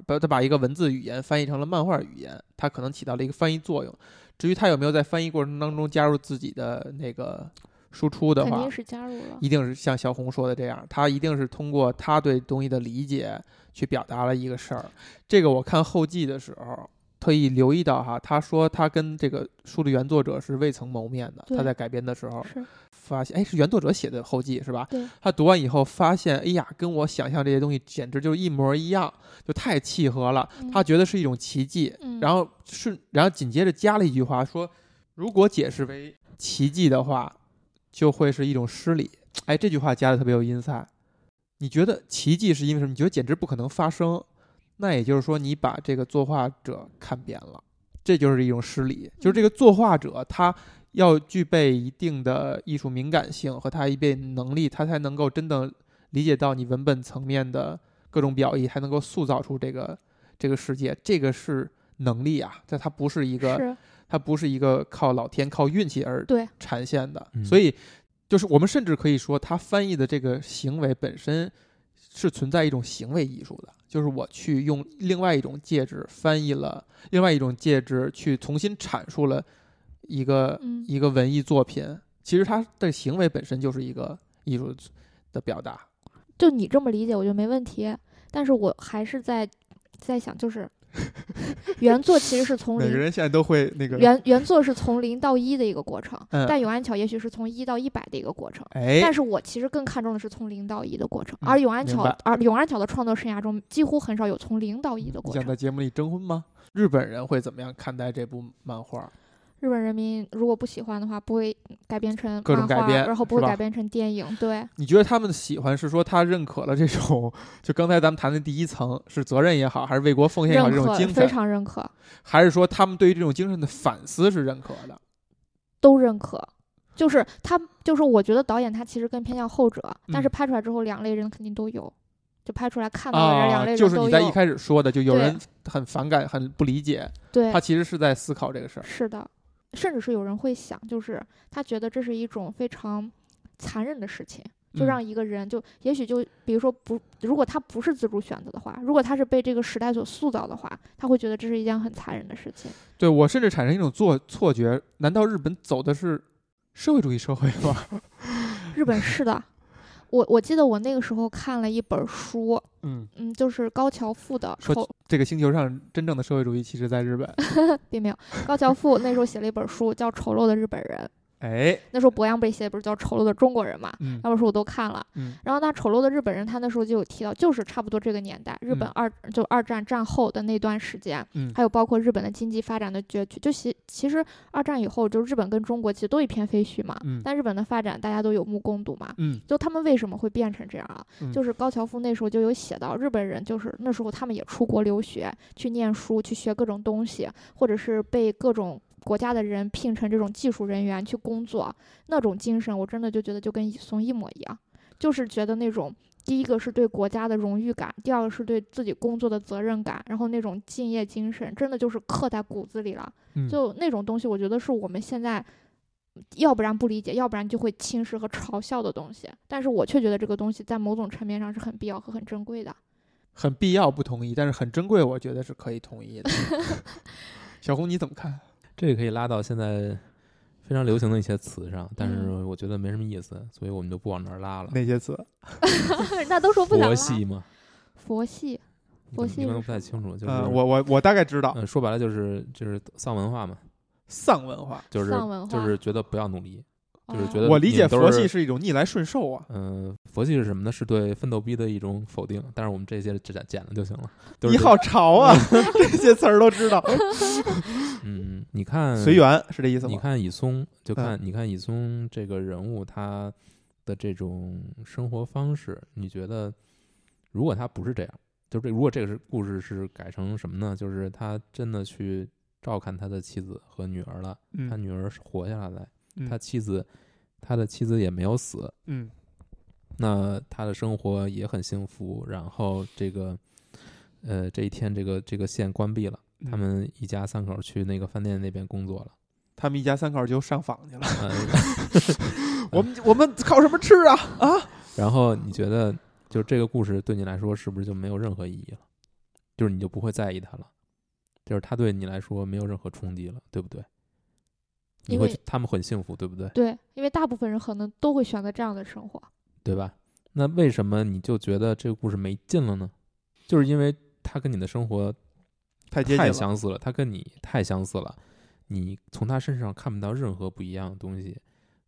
Speaker 1: 把他把一个文字语言翻译成了漫画语言，他可能起到了一个翻译作用。至于他有没有在翻译过程当中加入自己的那个输出的
Speaker 3: 肯
Speaker 1: 话
Speaker 3: 定，是加入了。
Speaker 1: 一定是像小红说的这样，他一定是通过他对东西的理解去表达了一个事儿。这个我看后记的时候特意留意到哈，他说他跟这个书的原作者是未曾谋面的，
Speaker 3: 对
Speaker 1: 他在改编的时候
Speaker 3: 是
Speaker 1: 发现，哎，是原作者写的后记是吧？
Speaker 3: 对，
Speaker 1: 他读完以后发现，哎呀，跟我想象这些东西简直就是一模一样，就太契合了。
Speaker 3: 嗯
Speaker 1: 他觉得是一种奇迹，
Speaker 3: 嗯
Speaker 1: 然后顺，然后紧接着加了一句话说，如果解释为奇迹的话，就会是一种失礼。哎，这句话加的特别有 inside。你觉得奇迹是因为什么？你觉得简直不可能发生，那也就是说你把这个作画者看扁了，这就是一种失礼。就是这个作画者他要具备一定的艺术敏感性和他一定能力，他才能够真的理解到你文本层面的各种表意，还能够塑造出这个这个世界。这个是能力啊，但它不是一个
Speaker 3: 是
Speaker 1: 它不是一个靠老天、靠运气而
Speaker 3: 对
Speaker 1: 产现的。
Speaker 2: 嗯
Speaker 1: 所以，就是我们甚至可以说，他翻译的这个行为本身是存在一种行为艺术的，就是我去用另外一种介质翻译了另外一种介质，去重新阐述了一个、
Speaker 3: 嗯
Speaker 1: 一个文艺作品。其实它的行为本身就是一个艺术的表达。
Speaker 3: 就你这么理解，我觉得没问题。但是我还是在在想，就是原作其实是从
Speaker 1: 每个
Speaker 3: 零
Speaker 1: 人现在都会那个，
Speaker 3: 原原作是从零到一的一个过程，
Speaker 1: 嗯
Speaker 3: 但永安桥也许是从一到一百的一个过程。
Speaker 1: 哎，
Speaker 3: 但是我其实更看重的是从零到一的过程，
Speaker 1: 嗯
Speaker 3: 而永安
Speaker 1: 明
Speaker 3: 桥
Speaker 1: 白，
Speaker 3: 而永安桥的创作生涯中，几乎很少有从零到一的
Speaker 1: 你
Speaker 3: 过
Speaker 1: 想
Speaker 3: 程。
Speaker 1: 在节目里征婚吗？日本人会怎么样看待这部漫画？
Speaker 3: 日本人民如果不喜欢的话，不会改编成
Speaker 1: 各种
Speaker 3: 漫
Speaker 1: 改
Speaker 3: 画，
Speaker 1: 编
Speaker 3: 然后不
Speaker 1: 是
Speaker 3: 会
Speaker 1: 吧
Speaker 3: 改编成电影。对，
Speaker 1: 你觉得他们的喜欢是说他认可了这种，就刚才咱们谈的第一层是责任也好，还是为国奉献也好这
Speaker 3: 认
Speaker 1: 种
Speaker 3: 可，
Speaker 1: 精
Speaker 3: 非
Speaker 1: 神，
Speaker 3: 常认可，
Speaker 1: 还是说他们对于这种精神的反思是认可的？
Speaker 3: 都认可。就是他，就是我觉得导演他其实更偏向后者，但是
Speaker 1: 嗯
Speaker 3: 拍出来之后，两类人肯定都有，就拍出来看到的人，两
Speaker 1: 啊
Speaker 3: 类，
Speaker 1: 就
Speaker 3: 人
Speaker 1: 是
Speaker 3: 都
Speaker 1: 你在一
Speaker 3: 有。
Speaker 1: 开始说的，就有
Speaker 3: 对
Speaker 1: 人很反感、很不理解，
Speaker 3: 对
Speaker 1: 他，其实是在思考这个事儿。
Speaker 3: 是的，甚至是有人会想，就是他觉得这是一种非常残忍的事情。就让
Speaker 1: 嗯
Speaker 3: 一个人就，也许就，比如说不，如果他不是自主选择的话，如果他是被这个时代所塑造的话，他会觉得这是一件很残忍的事情。
Speaker 1: 对我甚至产生一种错错觉，难道日本走的是社会主义社会吗？
Speaker 3: 日本 是的，我我记得我那个时候看了一本书，
Speaker 1: 嗯，
Speaker 3: 嗯，就是高桥富的
Speaker 1: 说
Speaker 3: 头
Speaker 1: 这个星球上真正的社会主义其实在日 本。
Speaker 3: 并没有，高桥富那时候写了一本书叫《丑陋的日本人》，
Speaker 1: 哎，
Speaker 3: 那时候博洋不是写的不是叫《丑陋的中国人》嘛，
Speaker 1: 嗯
Speaker 3: 那本书我都看了。
Speaker 1: 嗯
Speaker 3: 然后他《丑陋的日本人》，他那时候就有提到，就是差不多这个年代，日本
Speaker 1: 嗯
Speaker 3: 二、就二战战后的那段时间，
Speaker 1: 嗯
Speaker 3: 还有包括日本的经济发展的攫取，就其其实二战以后，就日本跟中国其实都一片飞絮嘛，
Speaker 1: 嗯
Speaker 3: 但日本的发展大家都有目共睹嘛。
Speaker 1: 嗯
Speaker 3: 就他们为什么会变成这样啊？
Speaker 1: 嗯
Speaker 3: 就是高桥夫那时候就有写到，日本人就是那时候他们也出国留学，去念书，去学各种东西，或者是被各种国家的人聘成这种技术人员去工作，那种精神，我真的就觉得就跟以松一模一样，就是觉得那种。第一个是对国家的荣誉感，第二个是对自己工作的责任感，然后那种敬业精神，真的就是刻在骨子里了。
Speaker 1: 嗯，
Speaker 3: 就那种东西，我觉得是我们现在要不然不理解，要不然就会轻视和嘲笑的东西。但是我却觉得这个东西在某种层面上是很必要和很珍 贵的。
Speaker 1: 很必要不同意，但是很珍贵，我觉得是可以同意的。小红你怎么看？
Speaker 2: 这个可以拉到现在非常流行的一些词上，但是
Speaker 3: 嗯
Speaker 2: 我觉得没什么意思，所以我们就不往那儿拉了。
Speaker 1: 那些词？
Speaker 3: 那都说不想
Speaker 2: 佛
Speaker 3: 拉
Speaker 2: 系嘛，
Speaker 3: 佛系，
Speaker 2: 你
Speaker 3: 佛
Speaker 2: 可能
Speaker 3: 系
Speaker 2: 你可能
Speaker 3: 是
Speaker 2: 不太
Speaker 3: 什
Speaker 2: 清楚，就是、
Speaker 1: 嗯，我我我大概知道
Speaker 2: 呃说白了就是就是丧文化嘛，
Speaker 1: 丧文化，
Speaker 2: 就是
Speaker 3: 丧文化
Speaker 2: 就是觉得不要努力，就是觉
Speaker 3: 哦
Speaker 2: 得
Speaker 1: 我理
Speaker 2: 你
Speaker 1: 解
Speaker 2: 都
Speaker 1: 佛
Speaker 2: 是
Speaker 1: 系是一种逆来顺受啊。
Speaker 2: 嗯，佛系是什么呢？是对奋斗逼的一种否定，但是我们这些只剪了就行了。就是
Speaker 1: 你好潮啊， 这些词儿都知道，
Speaker 2: 嗯，你看
Speaker 1: 随，缘是这意思
Speaker 2: 你
Speaker 1: 吗？嗯
Speaker 2: 看以松，就看、你看以松这个人物，他的这种生活方式，你觉得如果他不是这样，就这如果这个是故事是改成什么呢？就是他真的去照看他的妻子和女儿了，他
Speaker 1: 嗯
Speaker 2: 女儿是活下来，
Speaker 1: 嗯
Speaker 2: 他妻子他的妻子也没有死，
Speaker 1: 嗯
Speaker 2: 那他的生活也很幸福。然后这个，呃，这一天这个这个县关闭了，
Speaker 1: 嗯
Speaker 2: 他们一家三口去那个饭店那边工作了。
Speaker 1: 他们一家三口就上访去了。
Speaker 2: 呃，
Speaker 1: 我们我们靠什么吃啊？
Speaker 2: 然后你觉得，就这个故事对你来说是不是就没有任何意义了？就是你就不会在意他了，就是他对你来说没有任何冲击了，对不对？你
Speaker 3: 因
Speaker 2: 会
Speaker 3: 为
Speaker 2: 他们很幸福，对不对？
Speaker 3: 对，因为大部分人可能都会选择这样的生活。
Speaker 2: 对吧？那为什么你就觉得这个故事没劲了呢？就是因为他跟你的生活
Speaker 1: 太接近
Speaker 2: 太
Speaker 1: 了。
Speaker 2: 相似了，他跟你太相似了，你从他身上看不到任何不一样的东西，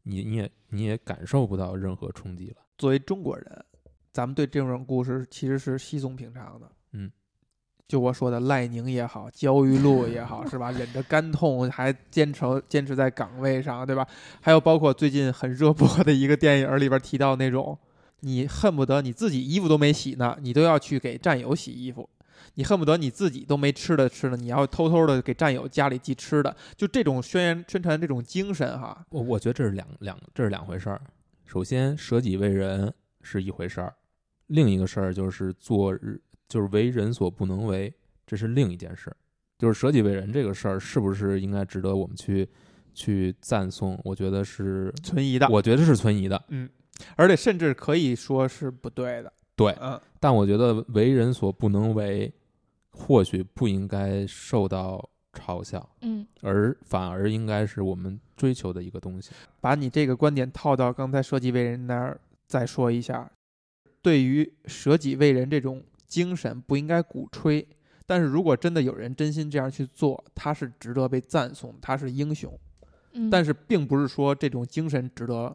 Speaker 2: 你你也你也感受不到任何冲击了。
Speaker 1: 作为中国人，咱们对这种故事其实是稀松平常的。
Speaker 2: 嗯，
Speaker 1: 就我说的，赖宁也好，焦裕禄也好，是吧？忍着肝痛还坚持坚持在岗位上，对吧？还有包括最近很热播的一个电影里边提到那种，你恨不得你自己衣服都没洗呢，你都要去给战友洗衣服。你恨不得你自己都没吃的吃呢，你要偷偷的给战友家里寄吃的，就这种宣言宣传这种精神哈，
Speaker 2: 我我觉得这是两两这是两回事儿。首先，舍己为人是一回事儿，另一个事儿就是做日就是为人所不能为，这是另一件事。就是舍己为人这个事儿，是不是应该值得我们去去赞颂？我觉得是，
Speaker 1: 存疑的，
Speaker 2: 我觉得是存疑的。
Speaker 1: 而且甚至可以说是不对的。
Speaker 2: 对
Speaker 1: 嗯，
Speaker 2: 但我觉得为人所不能为，或许不应该受到嘲笑，
Speaker 3: 嗯，
Speaker 2: 而反而应该是我们追求的一个东西。
Speaker 1: 把你这个观点套到刚才舍己为人那儿再说一下，对于舍己为人这种精神，不应该鼓吹。但是如果真的有人真心这样去做，他是值得被赞颂，他是英雄。
Speaker 3: 嗯，
Speaker 1: 但
Speaker 3: 是
Speaker 1: 是并不是说这种精神值得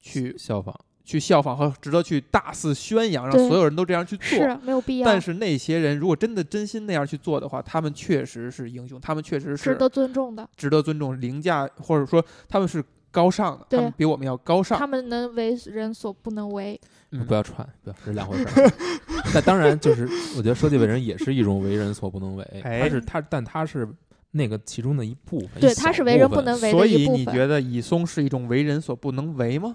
Speaker 1: 去
Speaker 2: 效仿，
Speaker 1: 去效仿和值得去大肆宣扬，让
Speaker 3: 对
Speaker 1: 所有人都这样去做。
Speaker 3: 是没有必要，
Speaker 1: 但是那些人如果真的真心那样去做的话，他们确实是英雄，他们确实
Speaker 3: 值
Speaker 1: 是
Speaker 3: 得尊重的，
Speaker 1: 值得尊重、凌驾，或者说他们是高尚的，
Speaker 3: 对
Speaker 1: 他们比我们要高尚。
Speaker 3: 他们能为人所不能为，
Speaker 1: 嗯
Speaker 2: 不要传，不要，这是两回事儿。 但当然，就是我觉得设计伟人也是一种为人所不能为，
Speaker 1: 哎
Speaker 2: 他是他，但他是那个其中的一部分，
Speaker 3: 对，
Speaker 2: 一
Speaker 3: 他
Speaker 2: 小
Speaker 3: 是为人
Speaker 2: 部
Speaker 3: 不
Speaker 2: 分
Speaker 3: 能为
Speaker 1: 所
Speaker 3: 的一
Speaker 1: 以
Speaker 3: 部
Speaker 1: 你
Speaker 3: 分。
Speaker 1: 觉得以松是一种为人所不能为吗？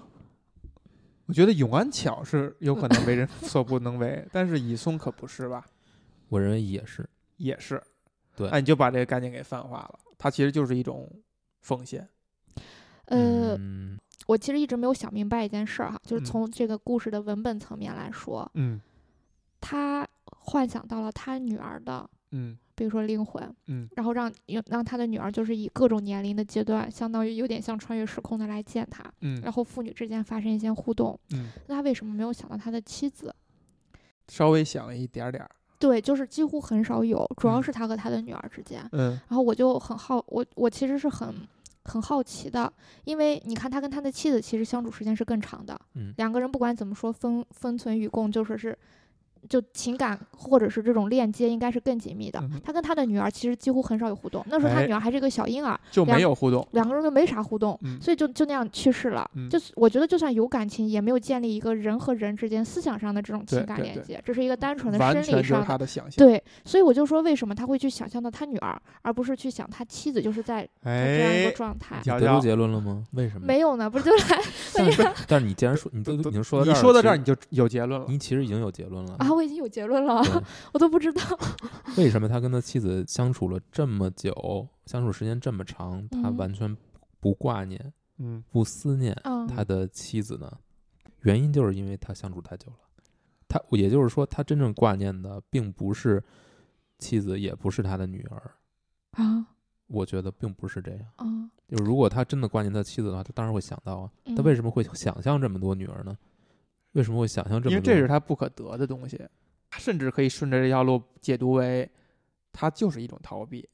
Speaker 1: 我觉得永安巧是有可能为人 所不能为，但是以松可不是吧？
Speaker 2: 我认为也是。
Speaker 1: 也是，
Speaker 2: 对
Speaker 1: 那你就把这个概念给泛化了，它其实就是一种奉献。
Speaker 3: 呃，
Speaker 2: 嗯，
Speaker 3: 我其实一直没有想明白一件事儿哈，就是
Speaker 1: 嗯
Speaker 3: 从这个故事的文本层面来说，
Speaker 1: 嗯
Speaker 3: 他幻想到了他女儿的，
Speaker 1: 嗯
Speaker 3: 比如说灵魂，
Speaker 1: 嗯，
Speaker 3: 然后让让他的女儿就是以各种年龄的阶段，相当于有点像穿越时空的来见他，
Speaker 1: 嗯
Speaker 3: 然后父女之间发生一些互动。
Speaker 1: 嗯，
Speaker 3: 那他为什么没有想到他的妻子？
Speaker 1: 稍微想了一点点儿。
Speaker 3: 对，就是几乎很少有，主要
Speaker 1: 嗯
Speaker 3: 是他和他的女儿之间。
Speaker 1: 嗯
Speaker 3: 然后我就很好，我我其实是很很好奇的，因为你看他跟他的妻子其实相处时间是更长的，
Speaker 2: 嗯
Speaker 3: 两个人不管怎么说分分存与共，就说是就情感或者是这种链接应该是更紧密的。
Speaker 1: 嗯
Speaker 3: 他跟他的女儿其实几乎很少有互动，那时候他
Speaker 1: 哎
Speaker 3: 女儿还是个小婴儿，
Speaker 1: 就
Speaker 3: 两
Speaker 1: 没有互动。
Speaker 3: 两个人都没啥互动，
Speaker 1: 嗯
Speaker 3: 所以就就那样去世了。
Speaker 1: 嗯
Speaker 3: 就是我觉得就算有感情，也没有建立一个人和人之间思想上的这种情
Speaker 1: 对
Speaker 3: 感
Speaker 1: 对
Speaker 3: 连
Speaker 1: 对
Speaker 3: 接，这是一个单纯的
Speaker 1: 完
Speaker 3: 生
Speaker 1: 全
Speaker 3: 理
Speaker 1: 就是
Speaker 3: 上
Speaker 1: 他的想象。
Speaker 3: 对，所以我就说，为什么他会去想象到他女儿，而不是去想他妻子，就是在他这样一个
Speaker 1: 哎，
Speaker 3: 状态。
Speaker 1: 你瞧
Speaker 2: 嗯得出
Speaker 1: 瞧，
Speaker 2: 结论了吗？为什么？
Speaker 3: 没有呢，不是就来
Speaker 2: 但是但是你既然说，你都
Speaker 1: 都
Speaker 2: 已经说
Speaker 1: 你
Speaker 2: 到
Speaker 1: 说到这儿
Speaker 2: 其
Speaker 1: 你就有结论了
Speaker 2: 实，。你其实已经有结论了。
Speaker 3: 啊？我已经有结论了，
Speaker 2: 对
Speaker 3: 我都不知道。
Speaker 2: 为什么他跟他妻子相处了这么久，相处时间这么长，他
Speaker 3: 嗯
Speaker 2: 完全不挂念、
Speaker 1: 嗯，
Speaker 2: 不思念
Speaker 3: 嗯，
Speaker 2: 他的妻子呢？原因就是因为他相处太久了。他也就是说，他真正挂念的并不是妻子，也不是他的女儿。
Speaker 3: 啊
Speaker 2: 我觉得并不是这样。
Speaker 3: 啊，
Speaker 2: 就如果他真的挂念他妻子的话，他当然会想到啊。他为
Speaker 3: 么？
Speaker 2: 什么会想象这么多女儿呢？为什么会想象这么多？
Speaker 1: 因为这是他不可得的东西，甚至可以顺着这条路解读为，它就是一种逃避。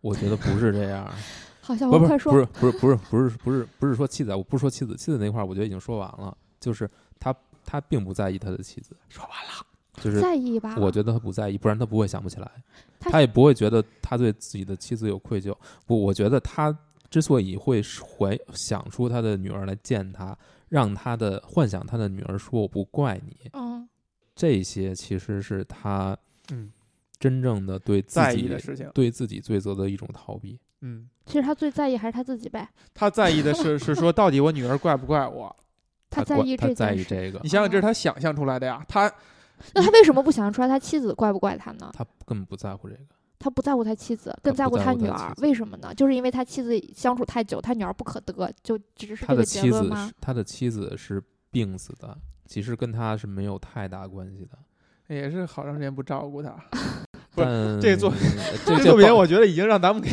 Speaker 2: 我觉得不是这 样。
Speaker 3: 好像
Speaker 2: 不
Speaker 3: 我
Speaker 2: 不
Speaker 3: 哦快
Speaker 2: 是
Speaker 3: 说
Speaker 2: 不是不是不是不是不是不是说妻子啊，我不是说妻子，妻子那块儿我觉得已经说完了，就是他他并不在意他的妻子，
Speaker 1: 说完了，
Speaker 2: 就是
Speaker 3: 在意吧？
Speaker 2: 我觉得他不在意，不然他不会想不起来，
Speaker 3: 啊他
Speaker 2: 他也不会觉得他对自己的妻子有愧疚。不，我觉得他之所以会怀想出他的女儿来见他，让他的幻想他的女儿说我不怪你，
Speaker 3: 嗯
Speaker 2: 这些其实是他
Speaker 1: 嗯，
Speaker 2: 真正的对自
Speaker 1: 在
Speaker 2: 己
Speaker 1: 意的事情，
Speaker 2: 对自己罪责的一种逃避。
Speaker 1: 嗯，
Speaker 3: 其实他最在意还是他自己呗，
Speaker 1: 他在意的是是说，到底我女儿怪不怪我？
Speaker 3: 他在
Speaker 2: 管
Speaker 3: 意
Speaker 2: 他
Speaker 3: 这
Speaker 2: 在
Speaker 3: 件
Speaker 2: 意
Speaker 3: 事。
Speaker 2: 这个嗯
Speaker 1: 你，想想，这是他想象出来的呀。他
Speaker 3: 那他为什么不想象出来他妻子怪不怪他呢？
Speaker 2: 他根本不在乎这个。
Speaker 3: 他不在乎他妻子，更
Speaker 2: 不
Speaker 3: 在乎
Speaker 2: 在
Speaker 3: 他
Speaker 2: 乎
Speaker 3: 女
Speaker 2: 他妻
Speaker 3: 儿，
Speaker 2: 子
Speaker 3: 为什么呢？就是因为他妻子相处太久，他女儿不可得，就只是
Speaker 2: 他
Speaker 3: 这
Speaker 2: 的
Speaker 3: 个结
Speaker 2: 妻
Speaker 3: 论
Speaker 2: 子
Speaker 3: 吗
Speaker 2: 是？他的妻子是病死的，其实跟他是没有太大关系的。
Speaker 1: 也是好长时间不照顾他。不是
Speaker 2: 但
Speaker 1: 这作
Speaker 2: 这
Speaker 1: 作品
Speaker 2: 报
Speaker 1: 我觉得已经让咱们给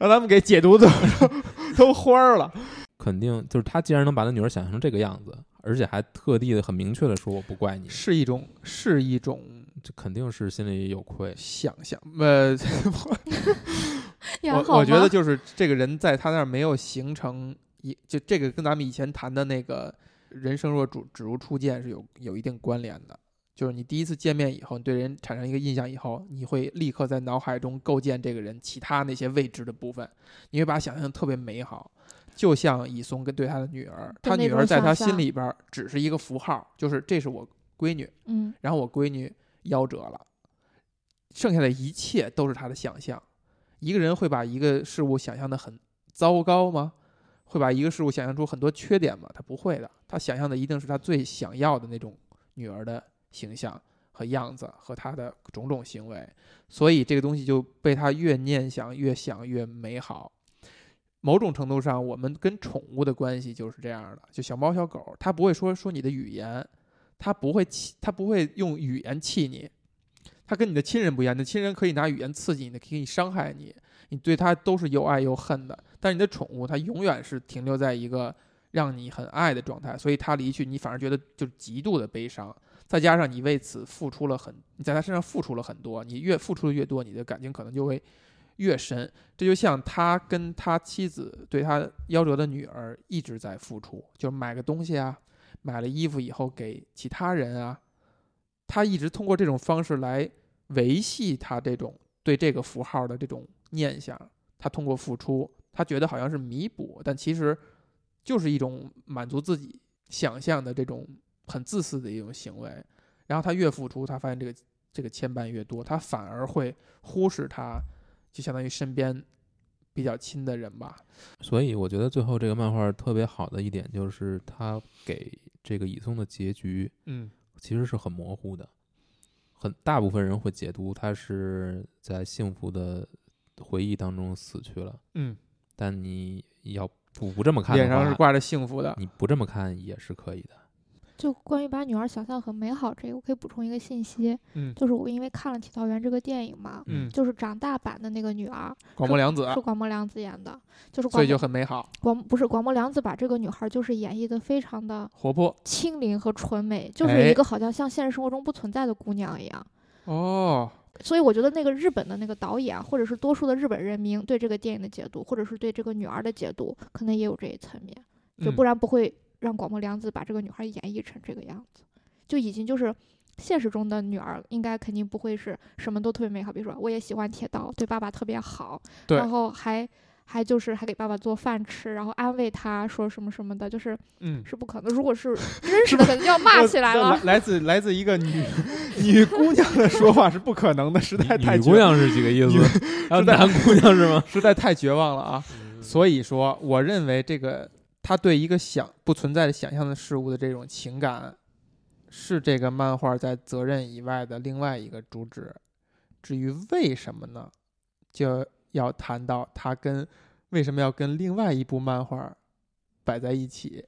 Speaker 1: 让咱们给解读的 都花儿了。
Speaker 2: 肯定就是他，既然能把他女儿想象成这个样子，而且还特地的很明确的说我不怪你，
Speaker 1: 是一种是一种
Speaker 2: 这肯定是心里有愧。
Speaker 1: 想象，呃，
Speaker 3: 你还
Speaker 1: 我
Speaker 3: 好
Speaker 1: 我觉
Speaker 3: 吗
Speaker 1: 得就是这个人在他那儿没有形成一，就这个跟咱们以前谈的那个人生若只只如初见是有有一定关联的。就是你第一次见面以后，你对人产生一个印象以后，你会立刻在脑海中构建这个人其他那些未知的部分，你会把它想象特别美好。就像以松跟对他的女儿，
Speaker 3: 对
Speaker 1: 他
Speaker 3: 那
Speaker 1: 女
Speaker 3: 种
Speaker 1: 儿在
Speaker 3: 想
Speaker 1: 他心
Speaker 3: 象
Speaker 1: 里边儿只是一个符号，就是这是我闺女，
Speaker 3: 嗯
Speaker 1: 然后我闺女夭折了，剩下的一切都是她的想象。一个人会把一个事物想象的很糟糕吗？会把一个事物想象出很多缺点吗？他不会的，他想象的一定是他最想要的那种女儿的形象和样子和她的种种行为，所以这个东西就被他越念想越想越美好。某种程度上，我们跟宠物的关系就是这样的，就小猫小狗，它不会说说你的语言，他不会气，他不会用语言气你。他跟你的亲人不一样，你的亲人可以拿语言刺激你，可以伤害你，你对他都是又爱又恨的。但是你的宠物，它永远是停留在一个让你很爱的状态，所以它离去，你反而觉得就是极度的悲伤。再加上你为此付出了很，你在他身上付出了很多，你越付出的越多，你的感情可能就会越深。这就像他跟他妻子对他夭折的女儿一直在付出，就是买个东西啊，买了衣服以后给其他人啊，他一直通过这种方式来维系他这种对这个符号的这种念想。他通过付出，他觉得好像是弥补，但其实就是一种满足自己想象的这种很自私的一种行为。然后他越付出，他发现这个这个牵绊越多，他反而会忽视他，就相当于身边比较亲的人吧。
Speaker 2: 所以我觉得最后这个漫画特别好的一点就是，它给这个以松的结局
Speaker 1: 嗯，
Speaker 2: 其实是很模糊的，很大部分人会解读他是在幸福的回忆当中死去了，
Speaker 1: 嗯，
Speaker 2: 但你要不不这么看
Speaker 1: 脸
Speaker 2: 的
Speaker 1: 上
Speaker 2: 话，
Speaker 1: 是挂着幸福的。
Speaker 2: 你不这么看也是可以的。
Speaker 3: 就关于把女儿想象很美好这个，我可以补充一个信息，
Speaker 1: 嗯
Speaker 3: 就是我因为看了《铁道员》这个电影嘛，
Speaker 1: 嗯，
Speaker 3: 就是长大版的那个女儿
Speaker 1: 广播凉子，啊
Speaker 3: 是广末凉子演的，就是
Speaker 1: 所
Speaker 3: 广
Speaker 1: 以就
Speaker 3: 末
Speaker 1: 很美好，
Speaker 3: 广不是广末凉子把这个女孩就是演绎的非常的
Speaker 1: 活泼
Speaker 3: 清灵和纯美，就是
Speaker 1: 哎
Speaker 3: 一个好像像现实生活中不存在的姑娘一样。
Speaker 1: 哦。
Speaker 3: 所以我觉得那个日本的那个导演，啊或者是多数的日本人民对这个电影的解读，或者是对这个女儿的解读，可能也有这一层面，就不
Speaker 1: 然，
Speaker 3: 然不会让广末凉子把这个女孩演绎成这个样子，就已经就是。现实中的女儿应该肯定不会是什么都特别美好，比如说我也喜欢铁道，对爸爸特别好，
Speaker 1: 对
Speaker 3: 然后还还就是还给爸爸做饭吃，然后安慰他说什么什么的，就是
Speaker 1: 嗯，
Speaker 3: 是不可能。如果是 真实的，肯定就要骂起来了。
Speaker 1: 这来自来自一个女女姑娘的说法是不可能的，实在 太
Speaker 2: 女
Speaker 1: 绝
Speaker 2: 姑娘是几个意
Speaker 1: 女
Speaker 2: 思？还有
Speaker 1: 实在
Speaker 2: 男姑娘是吗？
Speaker 1: 实在太绝望了啊！所以说，我认为这个他对一个想不存在的想象的事物的这种情感，是这个漫画在责任以外的另外一个主旨。至于为什么呢，就要谈到它跟为什么要跟另外一部漫画摆在一起，